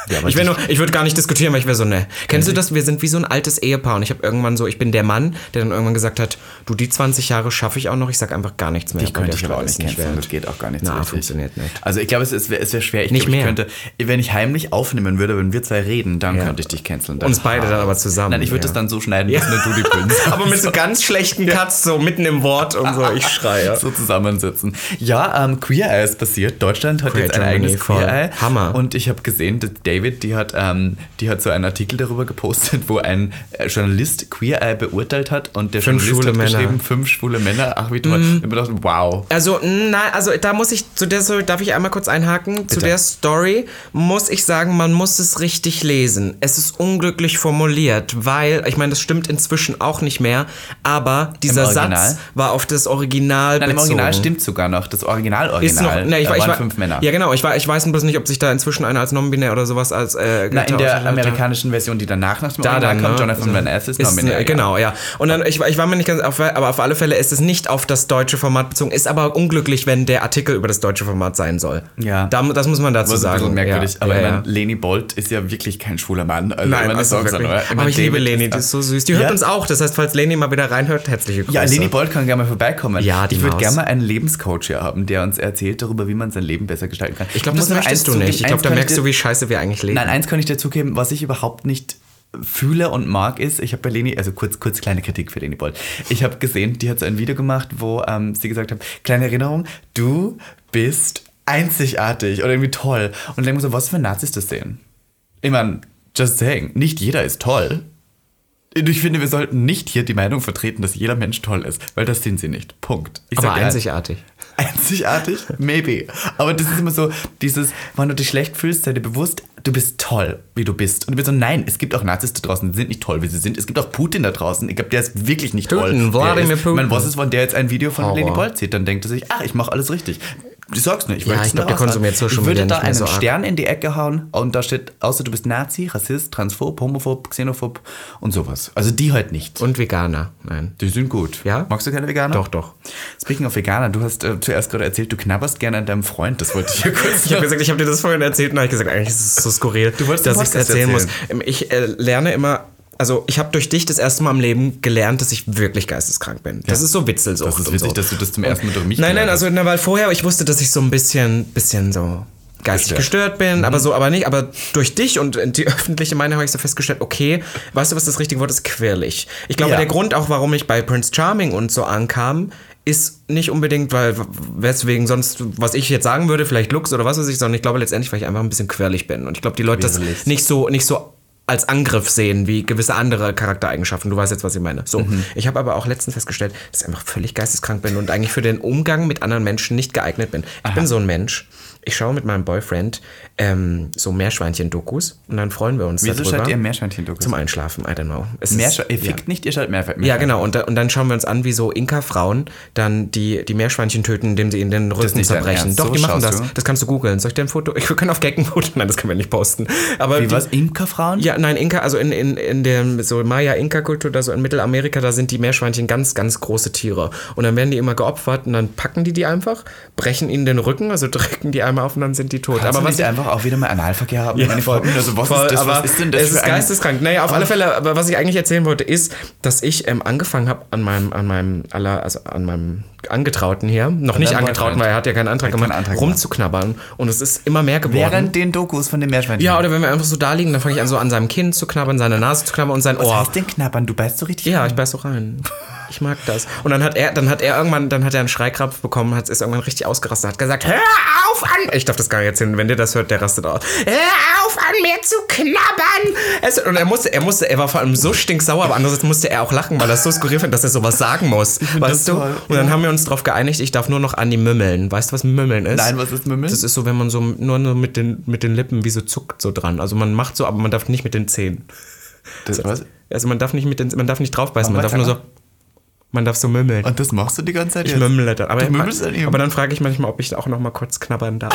Ja, aber
Ich, wär nur- ich würde gar nicht diskutieren, weil ich wäre so, ne.
Mhm.
Kennst du das? Wir sind wie so ein altes Ehepaar und ich habe irgendwann so, ich bin der Mann, der dann irgendwann gesagt hat, du, die 20 Jahre schaffe ich auch noch, ich sag einfach gar nichts mehr.
Ich
weil
könnte
der
ich aber auch
Streit
nicht
ist
canceln,
wert.
das geht auch gar nicht
Na,
so richtig.
funktioniert nicht.
Also ich glaube, es, ist- es wäre schwer. Ich
Nicht
glaube, ich
mehr.
könnte, wenn ich heimlich aufnehmen würde, wenn wir zwei reden, dann
Ja.
könnte ich dich canceln.
Uns beide dann aber zusammen,
Nein, ich würde
ja.
das dann so schneiden, dass nur du
[laughs]
die Prinz.
Aber mit so ganz schlechten Cuts, so mitten im Wort und so, ich schreie.
so zusammensitzen. Ja, ähm, Queer Eye ist passiert. Deutschland hat
Queer
jetzt ein
Germany,
eigenes
voll.
Queer Eye.
Hammer.
Und ich habe gesehen, dass David, die hat, ähm, die hat so einen Artikel darüber gepostet, wo ein äh, Journalist Queer Eye beurteilt hat und der
Fünf
Journalist hat
schwule Männer. Mhm.
geschrieben, fünf schwule Männer. Ach, wie toll. Ich habe gedacht, wow.
Also, nein, also da muss ich, zu der, so- darf ich einmal kurz einhaken? Zu der Story muss ich sagen, man muss es richtig lesen. Es ist unglücklich formuliert, weil, ich meine, das stimmt inzwischen auch nicht mehr, aber dieser
Original?
Satz war auf das Original
Nein, im
bezogen.
Original stimmt sogar noch. Das Original-Original.
Ist noch, ne, ich,
Genau, da
war- ich
waren
war,
fünf Männer.
Ja, genau. Ich, war, ich weiß bloß nicht, ob sich da inzwischen einer als non-binär oder sowas als. Äh,
Na, in der
geoutet hat.
amerikanischen Version, die danach nach dem
Da
Original
dann,
kommt,
ne?
Jonathan Van Ness ist, nominell.
ne, Genau, ja. Und dann, ich, war- ich war mir nicht ganz, auf, aber auf alle Fälle ist es nicht auf das deutsche Format bezogen, ist aber unglücklich, wenn der Artikel über das deutsche Format sein soll.
Ja.
Da, das muss man dazu
Das ist ein
sagen.
bisschen merkwürdig,
ja.
aber
ja,
ich
ja.
meine, Leni Bolt ist ja wirklich kein schwuler Mann. Also, ich
Nein,
meine,
also
sagen wir
wirklich.
mal, oder? meine,
aber ich liebe
David
Leni, die ist so süß. Die hört
Ja.
uns auch. Das heißt, falls Leni mal wieder reinhört, herzliche Grüße.
Ja, Leni Bolt kann gerne mal vorbeikommen.
Ja, die
ich würde
Maus.
gerne mal einen Lebenscoach hier haben, der uns erzählt darüber, wie man sein Leben besser gestalten kann.
Ich glaube, das möchtest du nicht. Ich glaube, da merkst du, wie scheiße wir eigentlich leben.
Nein, eins kann ich dir zugeben, was ich überhaupt nicht fühle und mag, ist, ich habe bei Leni, also kurz, kurz kleine Kritik für Leni Boll. Ich habe gesehen, die hat so ein Video gemacht, wo ähm, sie gesagt hat, kleine Erinnerung, du bist einzigartig oder irgendwie toll. Und ich denke mir so, was für Nazis das sehen? Ich meine, just saying, nicht jeder ist toll. Und Ich finde, wir sollten nicht hier die Meinung vertreten, dass jeder Mensch toll ist, weil das sind sie nicht. Punkt. Ich
Aber
sag dir eins.
einzigartig.
Einzigartig? Maybe. Aber das ist immer so, dieses, wenn du dich schlecht fühlst, sei dir bewusst, du bist toll, wie du bist. Und du bist so, nein, es gibt auch Nazis da draußen, die sind nicht toll, wie sie sind. Es gibt auch Putin da draußen. Ich glaube, der ist wirklich nicht toll.
Putin,
Der
Wladimir
ist, Ich meine,
Putin.
was ist, wenn der jetzt ein Video von
Horror.
Leni Bolt sieht, dann denkt er sich, ach, ich mache alles richtig. Ich sag's nicht. Ich
Ja,
möchte es
ich glaub,
nur
der konsumiert
aussagen.
Social
Ich würde
Media nicht
da
mehr
einen
so arg.
Stern in die Ecke hauen und da steht, außer du bist Nazi, Rassist, Transphob, Homophob, Xenophob und sowas. Also die halt nicht.
Und Veganer. Nein.
Die sind gut.
Ja?
Magst du keine Veganer?
Doch, doch.
Speaking of Veganer, du hast äh, zuerst gerade erzählt, du knabberst gerne an deinem Freund. Das wollte ich hier
[laughs]
kurz
Ich habe gesagt, ich habe dir das vorhin erzählt und dann habe ich gesagt, eigentlich ist es so skurril,
wolltest
dass
den
ich es
Podcast
erzählen, muss.
erzählen.
Ähm, Ich äh, lerne immer, also ich habe durch dich das erste Mal im Leben gelernt, dass ich wirklich geisteskrank bin. Das ist so Witzelsucht.
Das ist
und
witzig,
so.
dass du das zum ersten Mal durch mich
Nein, nein,
gelernt
also na, weil vorher ich wusste, dass ich so ein bisschen, bisschen so geistig
Gestört. Mhm.
gestört, bin, aber so, aber nicht, aber durch dich und die öffentliche Meinung habe ich so festgestellt, okay, weißt du, was das richtige Wort ist? Quirlig. Ich glaube,
Ja.
der Grund auch, warum ich bei Prince Charming und so ankam, ist nicht unbedingt, weil w- weswegen sonst, was ich jetzt sagen würde, vielleicht Lux oder was weiß ich, sondern ich glaube letztendlich, weil ich einfach ein bisschen quirlig bin. Und ich glaube, die Leute das
Quirlig.
nicht so, nicht so als Angriff sehen, wie gewisse andere Charaktereigenschaften. Du weißt jetzt, was ich meine. So,
Mhm.
ich habe aber auch letztens festgestellt, dass ich einfach völlig geisteskrank bin und eigentlich für den Umgang mit anderen Menschen nicht geeignet bin. Ich bin so ein Mensch. Ich schaue mit meinem Boyfriend ähm, so Meerschweinchen-Dokus und dann freuen wir uns
Wieso
darüber.
schaut ihr Meerschweinchen-Dokus?
Zum Einschlafen, I don't know. Es ist-
Meerschwe äh, ihr
ja.
fickt nicht, ihr schaut Meerschweinchen.
Ja, genau. Und, da- und dann schauen wir uns an, wie so Inka-Frauen dann die, die Meerschweinchen töten, indem sie ihnen den Rücken
nicht dein
zerbrechen.
Ernst.
Doch,
So
die machen
schaust
das.
du?
Das kannst du googeln. Soll ich dir ein Foto? Ich wir können auf Gag ein Foto. Nein, das können wir nicht posten. Aber
Wie
die-
was? Imkerfrauen?
ja, nein, Inka, also in, in, in der so Maya-Inka-Kultur, da so in Mittelamerika, da sind die Meerschweinchen ganz, ganz große Tiere. Und dann werden die immer geopfert und dann packen die die einfach, brechen ihnen den Rücken, also [laughs] drücken die einmal auf und dann sind die tot. aber
Aber was
was
ich einfach auch wieder mal Analverkehr haben.
ja,
Meine
voll,
Freundin, also was
voll,
ist das?
aber
Was ist denn das
es
für
ist
ein-
geisteskrank. Naja, auf alle Fälle, aber was ich eigentlich erzählen wollte, ist, dass ich ähm, angefangen habe an meinem, an meinem aller, also an meinem Angetrauten hier, noch nicht
deinem
Angetrauten,
Boyfriend.
weil er hat ja keinen Antrag
Hat keinen
gemacht,
Antrag gemacht.
rumzuknabbern. Und es ist immer mehr geworden.
Während den Dokus von den Meerschweinchen.
ja, oder wenn wir einfach so da liegen, dann fange ich an, so an seinem Kinn zu knabbern, seine Nase zu knabbern und sein
Was
Ohr.
heißt denn knabbern? Du beißt so richtig
Ja, ich beiß so rein. Ich mag das. Und dann hat er, dann hat er irgendwann, dann hat er einen Schreikrampf bekommen, hat ist irgendwann richtig ausgerastet, hat gesagt, hör auf an! Ich darf das gar nicht erzählen, wenn der das hört, der rastet aus. Hör auf an mir zu knabbern! Es, und er musste, er musste, er war vor allem so stinksauer, aber andererseits musste er auch lachen, weil er es so skurril fand, dass er sowas sagen muss. Weißt du?
toll,
Und dann haben wir uns darauf geeinigt, ich darf nur noch an die Mümmeln. Weißt du, was Mümmeln ist?
Nein, was ist Mümmeln?
Das ist so, wenn man so nur, nur mit, den, mit den Lippen wie so zuckt so dran. Also man macht so, aber man darf nicht mit den Zähnen.
Das, was?
Also man darf nicht mit den, man darf nicht draufbeißen, man
Aber
darf nur so,
klar.
man darf so mümmeln.
Und das machst du die ganze Zeit
ich
jetzt?
mümmle dann. Aber,
Du mümmelst dann eben.
aber dann frage ich manchmal, ob ich auch noch mal kurz knabbern darf.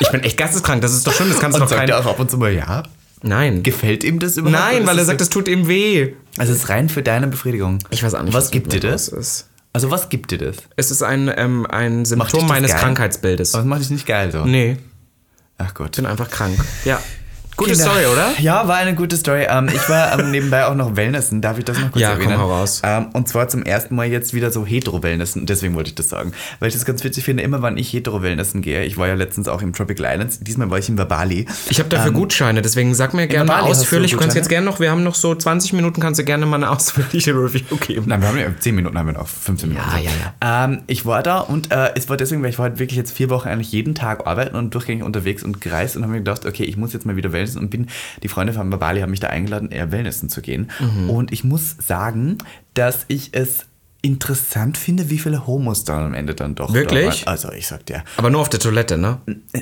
ich bin echt geisteskrank, das ist doch schlimm, das kannst du
Und
doch
sagt
kein...
er auch ab und zu mal, ja?
Nein.
Gefällt ihm das überhaupt?
Nein,
Oder
weil
ist
er
es
sagt,
so-
das tut ihm weh.
Also es ist rein für deine Befriedigung.
Ich weiß auch nicht,
Was gibt dir das?
Ist.
Also was gibt dir das?
Es ist ein, ähm, ein
Macht dich
Symptom
das
meines
geil?
Krankheitsbildes.
Aber das macht dich nicht geil so.
Nee,
Ach Gott.
bin einfach krank. Ja. Gute
Kinder.
Story, oder?
Genau. Ja, war eine gute Story. Ähm, ich war ähm, [laughs] nebenbei auch noch Wellnessen. Darf ich das noch kurz
Ja, komm,
erwähnen?
hau raus.
Ähm, und zwar zum ersten Mal jetzt wieder so Hetero-Wellnessen. Deswegen wollte ich das sagen. Weil ich das ganz witzig finde, immer wenn ich Hetero-Wellnessen gehe, ich war ja letztens auch im Tropical Islands, diesmal war ich in Babali.
Ich habe dafür Gutscheine, deswegen sag mir gerne mal
Ähm, Bali hast du
ausführlich. Du kannst
Gutscheine?
jetzt gerne noch, wir haben noch so 20 Minuten, kannst du gerne mal eine [laughs] ausführliche Review geben.
Nein, wir haben ja 10 Minuten, haben wir noch 15 Minuten.
ja,
Ähm, ich war da und äh, es war deswegen, weil ich war halt wirklich jetzt vier Wochen eigentlich jeden Tag arbeiten und durchgängig unterwegs und gereist und habe mir gedacht, okay, ich muss jetzt mal wieder wellnessen und bin, die Freunde von Bali haben mich da eingeladen, eher wellnessen zu gehen.
Mhm.
Und ich muss sagen, dass ich es interessant finde, wie viele Homos dann am Ende dann doch.
Wirklich?
Da waren. Also ich sag dir,
Aber nur auf der Toilette, ne?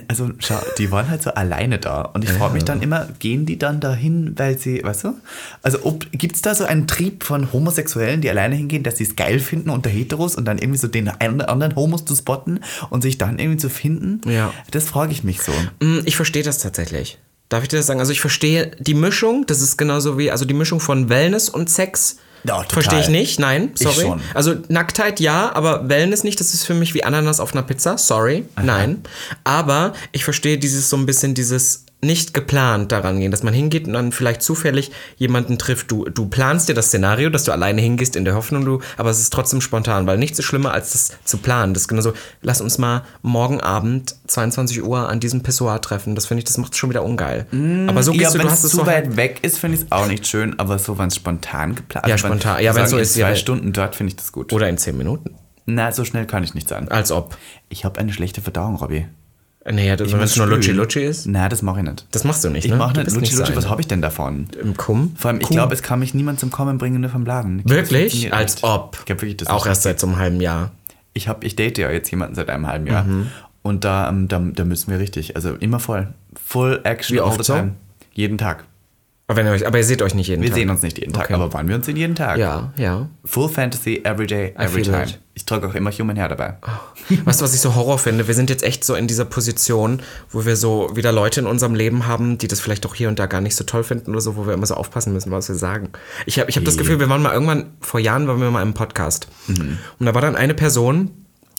also schau, die waren halt so alleine da. Und ich frage mich dann immer, gehen die dann dahin, weil sie, weißt du? Also gibt es da so einen Trieb von Homosexuellen, die alleine hingehen, dass sie es geil finden unter Heteros und dann irgendwie so den einen oder anderen Homos zu spotten und sich dann irgendwie zu finden?
Ja.
Das frage ich mich so.
Mm, Ich verstehe das tatsächlich. Darf ich dir das sagen? Also ich verstehe die Mischung, das ist genauso wie, also die Mischung von Wellness und Sex.
Ja, total.
Verstehe ich nicht, nein, sorry.
schon.
Also Nacktheit ja, aber Wellness nicht, das ist für mich wie Ananas auf einer Pizza, sorry, nein. Aber ich verstehe dieses so ein bisschen dieses nicht geplant daran gehen, dass man hingeht und dann vielleicht zufällig jemanden trifft. Du, du planst dir das Szenario, dass du alleine hingehst in der Hoffnung, du, aber es ist trotzdem spontan, weil nichts ist schlimmer als das zu planen. Das ist genauso, lass uns mal morgen Abend 22 Uhr an diesem Pessoir treffen. Das finde ich, das macht schon wieder ungeil. aber so
Mm, Ja,
gehst du, du
wenn es
hast es
zu
so
weit weg ist, finde ich es auch nicht schön, aber so, wenn es spontan geplant
Ja,
also wenn-
spontan. Ja,
wir
wenn es
sagen,
so
in
ist, ja,
zwei
wenn-
Stunden dort finde ich das gut.
oder in 10 Minuten.
Na, so schnell kann ich nicht sein.
Als ob.
Ich habe eine schlechte Verdauung, Robby.
Naja, das- wenn
muss
es nur Lutschi
spülen.
Lutschi ist,
Na, das mache ich nicht.
das machst du nicht,
ich
ne?
mache
Du
nicht
bist
Lutschi
so
Lutschi, was
eine.
habe ich denn davon?
Im Kumm?
Vor allem, ich
Kuh.
glaube, es kann mich niemand zum Kommen bringen, nur vom Laden. Ich glaub, das
Wirklich?
funktioniert
Als
nicht.
ob.
Ich glaube wirklich, das
Auch
nicht.
erst seit so einem halben Jahr.
Ich, hab, ich date ja jetzt jemanden seit einem halben Jahr.
Mhm.
Und da, ähm, da, da müssen wir richtig, also immer voll. Full Action
Wie
all
oft
the
so?
time. Jeden Tag.
Aber, wenn ihr euch, aber ihr seht euch nicht jeden
Wir
Tag.
sehen uns nicht jeden Tag,
Okay.
aber waren wir uns in jeden Tag?
Ja, ja.
Full Fantasy, every day, every
feel
time.
it.
Ich trage auch immer Human Hair dabei.
Weißt du, was ich so Horror finde? Wir sind jetzt echt so in dieser Position, wo wir so wieder Leute in unserem Leben haben, die das vielleicht auch hier und da gar nicht so toll finden oder so, wo wir immer so aufpassen müssen, was wir sagen. Ich habe ich hab das Gefühl, wir waren mal irgendwann, vor Jahren waren wir mal im Podcast. Und da war dann eine Person,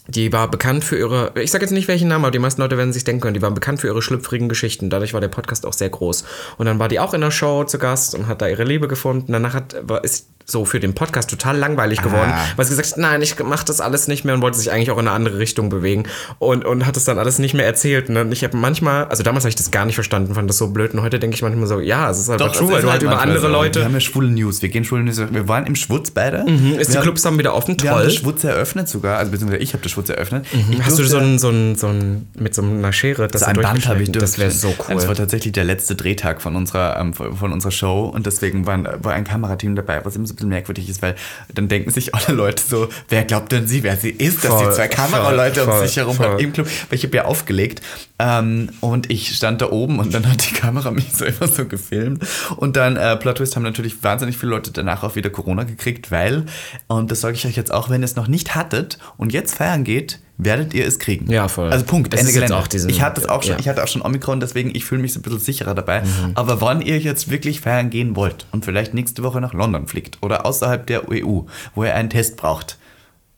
die war bekannt für ihre, ich sage jetzt nicht welchen Namen, aber die meisten Leute werden sich denken können, die waren bekannt für ihre schlüpfrigen Geschichten. Dadurch war der Podcast auch sehr groß. Und dann war die auch in der Show zu Gast und hat da ihre Liebe gefunden. Danach hat, war, ist so für den Podcast total langweilig geworden,
Ah.
weil sie gesagt hat, nein, ich mach das alles nicht mehr und wollte sich eigentlich auch in eine andere Richtung bewegen und, und hat es dann alles nicht mehr erzählt. ne? Und dann, ich habe manchmal, also damals habe ich das gar nicht verstanden, fand das so blöd und heute denke ich manchmal so, ja, es ist halt true,
es
weil
ist
du halt
halt
über
manchmal
andere
so. Wir
Leute, Mhm.
haben ja schwule News. Wir gehen schwule News. Wir waren im Schwutz beide.
ist
wir
die Clubs haben wieder offen,
Wir haben
toll. Mhm.
den Schwutz eröffnet sogar, also beziehungsweise ich habe den Schwutz eröffnet. Ich
Hast du
durfte-
so ein, so ein, so ein, mit so einer Schere, das
so ein Band habe ich
Das wäre so
durchgeschnitten.
cool.
Das war tatsächlich der letzte Drehtag von unserer, ähm, von von unserer Show und deswegen waren, war ein Kamerateam dabei, was immer so ein bisschen merkwürdig ist, weil dann denken sich alle Leute so, wer glaubt denn sie, wer sie ist, dass
Voll,
die zwei Kameraleute
voll,
um sich herum
voll.
haben im Club, weil ich habe ja aufgelegt ähm, und ich stand da oben und dann hat die Kamera mich so immer so gefilmt und dann, äh, Plot Twist, haben natürlich wahnsinnig viele Leute danach auch wieder Corona gekriegt, weil, und das sage ich euch jetzt auch, wenn ihr es noch nicht hattet und jetzt feiern geht, werdet ihr es kriegen.
Ja, voll.
Also Punkt,
Das
Ende
ist jetzt
Gelände.
auch diese-
ich hatte es auch schon,
ja. Mhm.
ich hatte auch schon Omikron, deswegen ich fühle mich so ein bisschen sicherer dabei. Aber wann ihr jetzt wirklich feiern gehen wollt und vielleicht nächste Woche nach London fliegt oder außerhalb der EU, wo ihr einen Test braucht,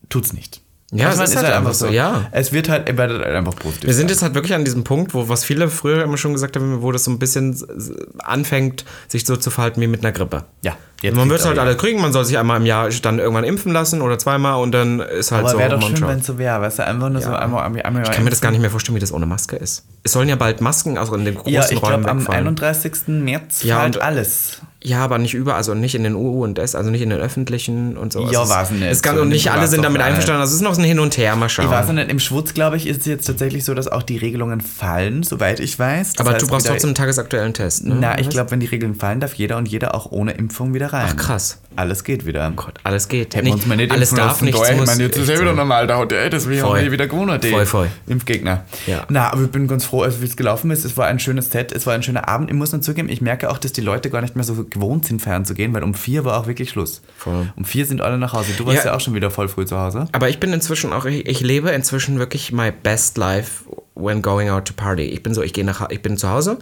tut's nicht. Also
Ja, es
man
ist halt einfach so, ja.
Es wird halt, ihr werdet halt einfach positiv.
Wir sind jetzt halt wirklich an diesem Punkt, wo was viele früher immer schon gesagt haben, wo das so ein bisschen s- s- anfängt, sich so zu verhalten wie mit einer Grippe.
Ja, jetzt
man
kriegt's
wird es halt
aber
alle kriegen, man soll sich einmal im Jahr dann irgendwann impfen lassen oder zweimal und dann ist halt
aber
so
wäre doch
One
schön,
Shot.
wenn es so wäre, weißt du, einfach nur so einmal, einmal, einmal
Ich kann mir das gar nicht mehr vorstellen, wie das ohne Maske ist. Es sollen ja bald Masken auch in den großen
Ja, ich
Räumen
glaube, am
wegfallen.
31. März
Ja,
fällt
und-
alles.
Ja, aber nicht über, also nicht in den UU und S, also nicht in den öffentlichen und so.
Ja,
Also es-
war's nicht.
Es kann, und nicht alle
War's
sind
doch
damit
mal.
einverstanden. Also es ist noch so ein Hin und Her, mal schauen.
Ich weiß nicht, im Schwutz, glaube ich, ist es jetzt tatsächlich so, dass auch die Regelungen fallen, soweit ich weiß. Das
aber du
heißt,
brauchst
wieder-
trotzdem einen tagesaktuellen Test. Ne?
Na, ich glaube, wenn die Regeln fallen, darf jeder und jeder auch ohne Impfung wieder rein.
Ach, krass.
Alles geht wieder. Gott,
alles geht.
Hätten wir uns mal nicht
alles
impfen
darf
lassen,
nicht.
da hätte man jetzt ist ja wieder normal, da hat er das wie auch
Voll.
nie wieder Corona, die
Voll, voll.
Impfgegner.
Ja.
Na, aber ich bin ganz froh, also wie es gelaufen ist. Es war ein schönes Set, es war ein schöner Abend. Ich muss nur zugeben, ich merke auch, dass die Leute gar nicht mehr so gewohnt sind, feiern zu gehen, weil um vier war auch wirklich Schluss.
Voll.
Um vier sind alle nach Hause. Du warst ja,
Ja.
auch schon wieder voll früh zu Hause.
Aber ich bin inzwischen auch, ich, ich lebe inzwischen wirklich my best life when going out to party. Ich bin so, ich gehe nach, ich bin zu Hause,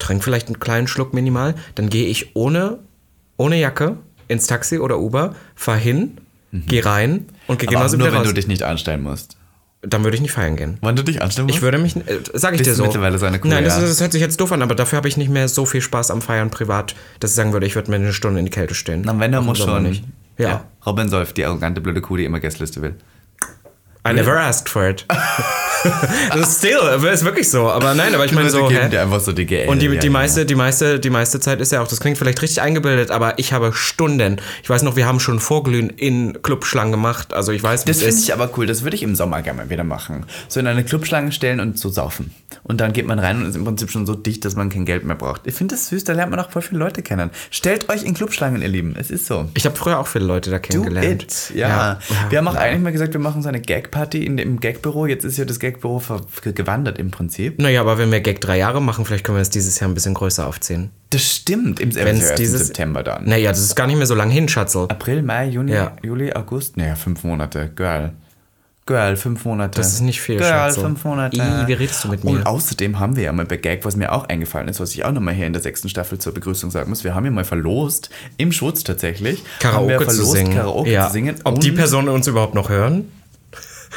trinke vielleicht einen kleinen Schluck minimal, dann gehe ich ohne, ohne Jacke ins Taxi oder Uber, fahr hin, gehe rein und gehe genauso
Mhm. Aber auch nur,
also wieder
wenn
raus.
du dich nicht anstellen musst.
Dann würde ich nicht feiern gehen.
Wann du dich anstellen musst?
Ich würde mich, äh, sag ich
Bist
dir so.
mittlerweile so eine Kuh,
Nein, das,
ja.
ist- das hört sich jetzt doof an, aber dafür habe ich nicht mehr so viel Spaß am Feiern privat, dass ich sagen würde, ich würde mir eine Stunde in die Kälte stehen.
Na, wenn, dann muss
Sommer
schon.
nicht. Ja.
Robin Solf, die arrogante blöde Kuh, die immer Gästeliste will.
I never asked for
[laughs]
it. das ist still, ist wirklich so. Aber nein, aber ich meine
Leute
so.
geben
Hä?
dir einfach so die GL.
Und die,
Ja, genau.
die,
ja.
meiste, die, meiste, die meiste Zeit ist ja auch, das klingt vielleicht richtig eingebildet, aber ich habe Stunden. Ich weiß noch, wir haben schon Vorglühen in Clubschlangen gemacht. Also ich weiß, wie
Das
es
finde
ist.
ich aber cool. Das würde ich im Sommer gerne mal wieder machen. So in eine Clubschlange stellen und so saufen. Und dann geht man rein und ist im Prinzip schon so dicht, dass man kein Geld mehr braucht. Ich finde das süß, da lernt man auch voll viele Leute kennen. Stellt euch in Clubschlangen, ihr Lieben. Es ist so.
Ich habe früher auch viele Leute da
Do
kennengelernt.
it. Ja.
Ja.
Wir haben auch eigentlich mal gesagt, wir machen so eine Gag-Party in dem Gagbüro. Jetzt ist ja das Gagbüro ver- gewandert im Prinzip.
Naja, aber wenn wir Gag drei Jahre machen, vielleicht können wir es dieses Jahr ein bisschen größer aufziehen.
Das stimmt. Im
Wenn
ist ja
es
erst im
dieses.
September dann.
Naja, das ist gar nicht mehr so lang hin, Schatzel.
April, Mai, Juni,
Ja.
Juli, August. Naja, fünf Monate. Girl. Girl, fünf Monate.
Das ist nicht viel,
Girl,
Schatz.
fünf Monate.
Ih, wie redest du mit mir?
Und außerdem haben wir ja mal bei Gag, was mir auch eingefallen ist, was ich auch nochmal hier in der sechsten Staffel zur Begrüßung sagen muss. Wir haben ja mal verlost, im Schutz tatsächlich, haben
Karaoke
wir
zu singen.
Karaoke
ja.
zu singen.
Ob
und
die Personen uns überhaupt noch hören?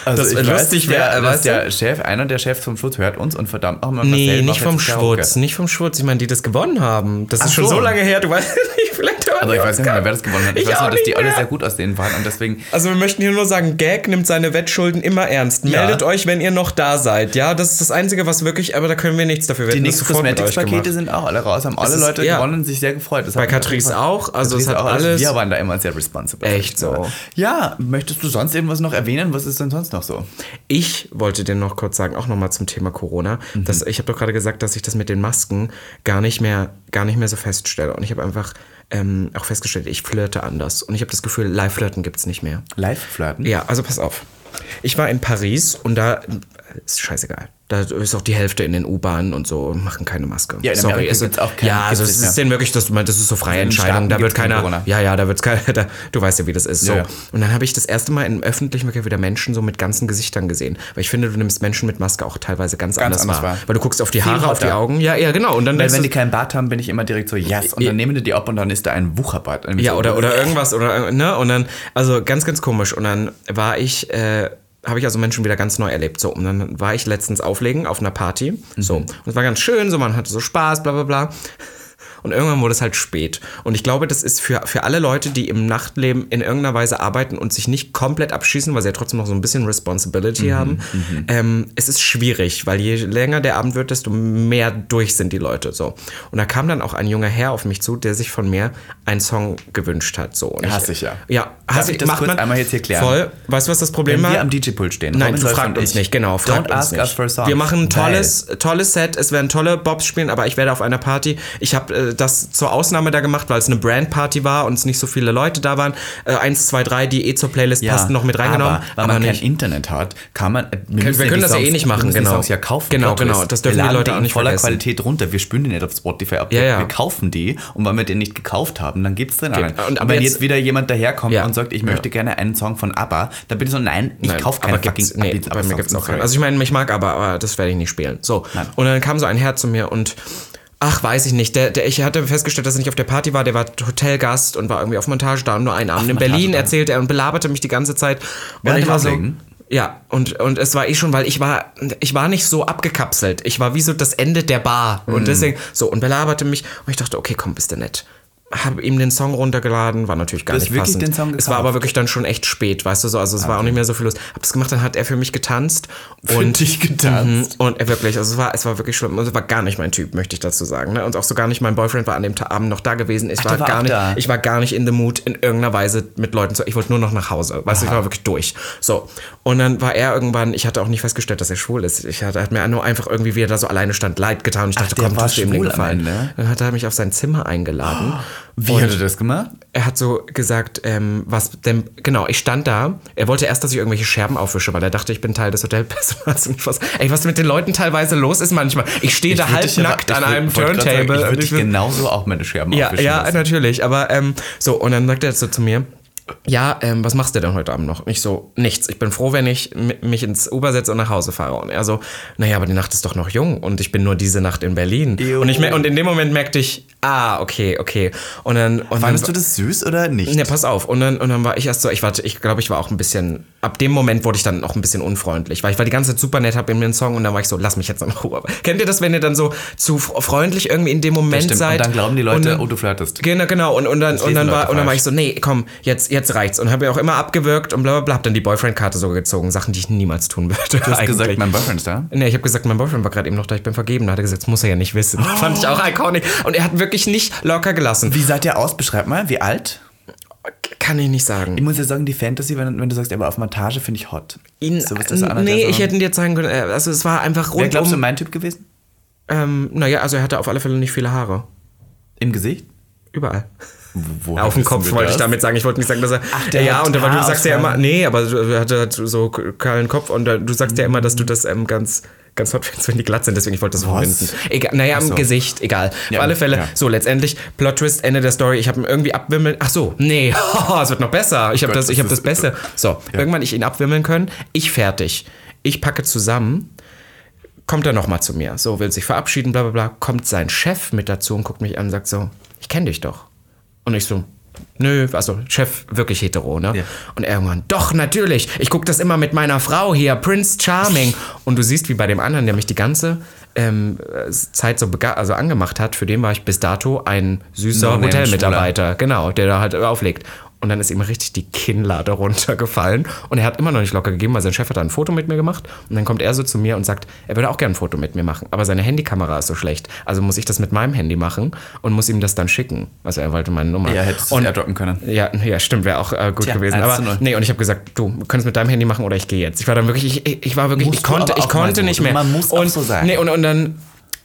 Also
das
ich
lustig
weiß,
wäre,
der,
äh,
dass
weißt du?
der Chef, einer der Chefs vom Schutz hört uns und verdammt auch mal
Nee,
Marcel
nicht
macht
vom
jetzt Karaoke.
Schwurz, nicht vom Schwurz. Ich meine, die das gewonnen haben. Das
Ach
ist schon
so.
so lange her, [laughs] du weißt nicht, vielleicht hören
Also
die
ich weiß
uns
nicht mehr,
gar
wer das gewonnen hat. Ich,
Ich
weiß
auch
nur, dass die
nicht
alle
mehr.
sehr gut aussehen waren und deswegen
Also wir möchten hier nur sagen, Gag nimmt seine Wettschulden immer ernst. Meldet euch, wenn ihr noch da seid. Ja, das ist das Einzige, was wirklich, aber da können wir nichts dafür. Wir
die
hätten das
nächsten
sofort mit euch
Cosmetics-Pakete
gemacht.
sind auch alle raus, haben alle
ist-
Leute
ja.
gewonnen und sich sehr gefreut. Das
Bei
hat mir
Catrice
gefallen.
auch. Also es
Catrice
hat
auch,
alles.
Wir waren da immer sehr responsible.
Echt so.
Ja, möchtest du sonst irgendwas noch erwähnen? Was ist denn sonst noch so?
Ich wollte dir noch kurz sagen, auch nochmal zum Thema Corona.
Mhm.
Dass, ich habe doch gerade gesagt, dass ich das mit den Masken gar nicht mehr, gar nicht mehr so feststelle. Und ich habe einfach ähm, auch festgestellt, ich flirte anders. Und ich habe das Gefühl, Live-Flirten gibt es nicht mehr.
Live-Flirten?
Ja, also pass auf. Ich war in Paris und da ist scheißegal. Da ist auch die Hälfte in den U-Bahnen und so machen keine Maske.
Ja, in Amerika
es
gibt's auch keine-
Ja, also
gibt's
es
nicht
ist
mehr.
denn wirklich, das, das ist so freie
den
Entscheidung.
Staaten
Da wird
gibt's kein
keiner.
Corona.
Ja, ja, da wird's kein. [laughs] Da, du weißt ja, wie das ist. So.
Ja, ja.
Und dann habe ich das erste Mal im öffentlichen Verkehr wieder Menschen so mit ganzen Gesichtern gesehen. Weil ich finde, du nimmst Menschen mit Maske auch teilweise ganz, anders,
anders
wahr.
wahr.
Weil du guckst auf die
Viel
Haare, auf die
hotter.
Augen. Ja, ja, genau. Und dann
Weil
denkst
wenn
du-
die keinen Bart haben, bin ich immer direkt so, yes. Und dann nehmen die die ab und dann ist da ein Wucherbart.
Ja, oder,
[laughs]
oder irgendwas oder ne? Und dann, also ganz, ganz komisch. Und dann war ich, äh, habe ich also Menschen wieder ganz neu erlebt. So, und dann war ich letztens auflegen auf einer Party. So. Und es war ganz schön, so man hatte so Spaß, bla bla bla. Und irgendwann wurde es halt spät. Und ich glaube, das ist für, für alle Leute, die im Nachtleben in irgendeiner Weise arbeiten und sich nicht komplett abschießen, weil sie ja trotzdem noch so ein bisschen
Mhm,
Responsibility haben, ähm, es ist schwierig, weil je länger der Abend wird, desto mehr durch sind die Leute. So. Und da kam dann auch ein junger Herr auf mich zu, der sich von mir einen Song gewünscht hat. So. Und
Hasse ich ja.
Ja, hasse
ich das
macht
kurz
man
einmal jetzt hier klären?
Voll. Weißt du, was das Problem
Wenn
war?
wir am DJ-Pult stehen.
Nein,
Robin
du
Solf
fragt
und
uns
ich.
nicht, genau. Fragt
Don't
uns
ask
nicht.
us for songs.
Wir machen ein
Weil-
tolles, tolles Set, es werden tolle Bobs spielen, aber ich werde auf einer Party, ich habe äh, das zur Ausnahme da gemacht, weil es eine Brandparty war und es nicht so viele Leute da waren. Äh, eins, zwei, drei, die eh zur Playlist passten, noch mit reingenommen.
Aber, weil man kein Internet hat, kann man. Wir, müssen
wir
die
können das ja eh nicht machen,
wir müssen
genau.
Die Songs ja kaufen.
Genau,
Plot
genau,
Twist.
das dürfen
wir
die
laden
Leute auch
in
nicht
voller
vergessen.
Qualität runter. Wir spülen die nicht auf Spotify ab. Wir-
Ja, ja.
Wir kaufen die und wenn wir den nicht gekauft haben, dann gibt's den anderen.
und
Und,
ab
wenn
jetzt-
jetzt, wieder jemand daherkommt
Ja.
und sagt, ich möchte gerne einen Song von ABBA, dann bin ich so, nein, ich
Nein,
kaufe
aber
keinen
gibt's-
fucking
nee,
ABBA
bei mir
Songs.
gibt's auch
Sorry.
keinen. Also ich meine, mich mag aber, aber das werde ich nicht spielen. So.
Nein.
Und dann kam so ein Herr zu mir und Ach, weiß ich nicht. Der, der, ich hatte festgestellt, dass er nicht auf der Party war. Der war Hotelgast und war irgendwie auf Montage da und nur einen Abend in
Montage
Berlin
da.
erzählt er und belaberte mich die ganze Zeit. Und
Während
ich
dem
war so,
Auflegen?
ja, und, und es war eh schon, weil ich war, ich war nicht so abgekapselt. Ich war wie so das Ende der Bar.
Mm.
Und deswegen, so, und belaberte mich. Und ich dachte, okay, komm, bist du nett. Habe ihm den Song runtergeladen, war natürlich gar
Du hast
nicht
wirklich
passend.
den Song
es war aber
gekauft?
wirklich dann schon echt spät, weißt du so. Also es war auch nicht mehr so viel los. Hab das gemacht, dann hat er für mich getanzt.
und
Und
ich getanzt.
und äh, wirklich, also es war, es war wirklich schlimm. Also es war gar nicht mein Typ, möchte ich dazu sagen. Ne? Und auch so gar nicht mein Boyfriend war an dem Ta- Abend noch da gewesen. Ich war,
der war
gar
auch
nicht,
da.
ich war gar nicht in the mood, in irgendeiner Weise mit Leuten zu. Ich wollte nur noch nach Hause. Weißt du, ich war wirklich durch. So. Und dann war er irgendwann, ich hatte auch nicht festgestellt, dass er schwul ist. Ich hatte, hat mir nur einfach irgendwie, wie er da so alleine stand, leid getan. Und ich dachte,
der
komm,
war
tust du ihm den
schwul am
Gefallen.
Ende?
Dann hat er mich auf sein Zimmer eingeladen.
Wie
Und-
hat er das gemacht?
er hat so gesagt, ähm, was denn, genau, ich stand da, er wollte erst, dass ich irgendwelche Scherben aufwische, weil er dachte, ich bin Teil des Hotelpersonals und was, ey, was mit den Leuten teilweise los ist manchmal. Ich stehe da
Ich würd dich aber-
halbnackt
ich
an
würd-
einem
wollte grad sagen,
Turntable.
Ich
und
würde dich
ich bin-
genauso auch meine Scherben
ja,
aufwischen
ja,
lassen.
natürlich, aber ähm, so, und dann sagt er so zu mir, ja, ähm, was machst du denn heute Abend noch? Und ich so, nichts. Ich bin froh, wenn ich mi- mich ins Uber setze und nach Hause fahre. Und er so, naja, aber die Nacht ist doch noch jung und ich bin nur diese Nacht in Berlin.
Jo.
Und, ich, mer- und in dem Moment merkte ich, ah, okay, okay. Und dann, und dann,
Fandest du das süß oder nicht?
Ne, pass auf. Und dann, und dann war ich erst so, ich war, ich glaube, ich war auch ein bisschen, ab dem Moment wurde ich dann auch ein bisschen unfreundlich, weil ich war die ganze Zeit super nett, hab ihm den Song und dann war ich so, lass mich jetzt in Ruhe. Kennt ihr das, wenn ihr dann so zu f- freundlich irgendwie in dem Moment
Stimmt.
seid?
Und dann glauben die
und
Leute,
dann-
oh, du flirtest.
Genau, genau. Und, und, dann, und, dann
lesen
war,
Leute
und dann war
falsch.
ich so, nee, komm, jetzt, jetzt reicht's. Und habe ja auch immer abgewirkt und bla bla bla. Hab dann die Boyfriend-Karte so gezogen. Sachen, die ich niemals tun würde.
Du hast gesagt, mein Boyfriend ist da.
Nee, ich habe gesagt, mein Boyfriend war gerade eben noch da, ich bin vergeben. Da hat er gesagt, das muss er ja nicht wissen. Fand ich auch iconic. Und er hat wirklich nicht locker gelassen.
Wie seid ihr aus? Beschreib mal, wie alt?
Kann ich nicht sagen.
Ich muss ja sagen, die Fantasy, wenn, wenn du sagst, aber auf Montage finde ich hot.
Ihn, äh,
So ist das einer,
nee,
der so-
ich hätte um- ihn dir zeigen können. äh, Also es war einfach
Wer glaubst du,
rundum.
mein Typ gewesen?
Ähm, naja, also er hatte auf alle Fälle nicht viele Haare.
Im Gesicht?
Überall.
Wo
auf dem Kopf wollte ich damit sagen. Ich wollte nicht sagen, dass er.
Ach, der
ja,
hat
und aber du
Haarausfall.
sagst ja immer, nee, aber du- er hatte halt so kahlen Kopf und äh, du sagst ja immer, dass du das ähm, ganz ganz hot findest, wenn die glatt sind, deswegen ich wollte das verbinden. Egal, naja, im
so.
Gesicht, egal.
Ja,
auf alle Fälle,
ja.
so letztendlich, Plot Twist, Ende der Story, ich habe ihn irgendwie abwimmeln, ach so, nee, [laughs] es wird noch besser, ich habe
Gott,
das, ich
das
habe das
ist-
Beste. So, irgendwann ich ihn abwimmeln können, ich fertig. Ich packe zusammen, kommt er nochmal zu mir. So, will sich verabschieden, bla bla bla. Kommt sein Chef mit dazu und guckt mich an und sagt so, ich kenne dich doch. Und ich so, nö, also Chef wirklich hetero, ne?
Ja.
Und irgendwann, doch, natürlich, ich gucke das immer mit meiner Frau hier, Prince Charming. Und du siehst, wie bei dem anderen, der mich die ganze ähm, äh, Zeit so bega- also angemacht hat, für den war ich bis dato ein süßer
No-Name-Schwuler.
Hotelmitarbeiter, genau, der da halt auflegt. Und dann ist ihm richtig die Kinnlade runtergefallen. Und er hat immer noch nicht locker gegeben, weil sein Chef hat da ein Foto mit mir gemacht. Und dann kommt er so zu mir und sagt, er würde auch gerne ein Foto mit mir machen. Aber seine Handykamera ist so schlecht. Also muss ich das mit meinem Handy machen und muss ihm das dann schicken. Also er wollte meine Nummer.
Ja, hättest du
und
es airdroppen können.
ja, ja, stimmt, wäre auch äh, gut
Tja,
gewesen.
1 zu
Aber
0.
nee, und ich habe gesagt, du könntest mit deinem Handy machen oder ich gehe jetzt. Ich war dann wirklich, ich- ich, ich war wirklich,
Musst
ich
du
konnte,
aber
ich
auch mal
konnte
so.
nicht mehr.
Man muss
und,
auch so sein.
Nee, und, und dann,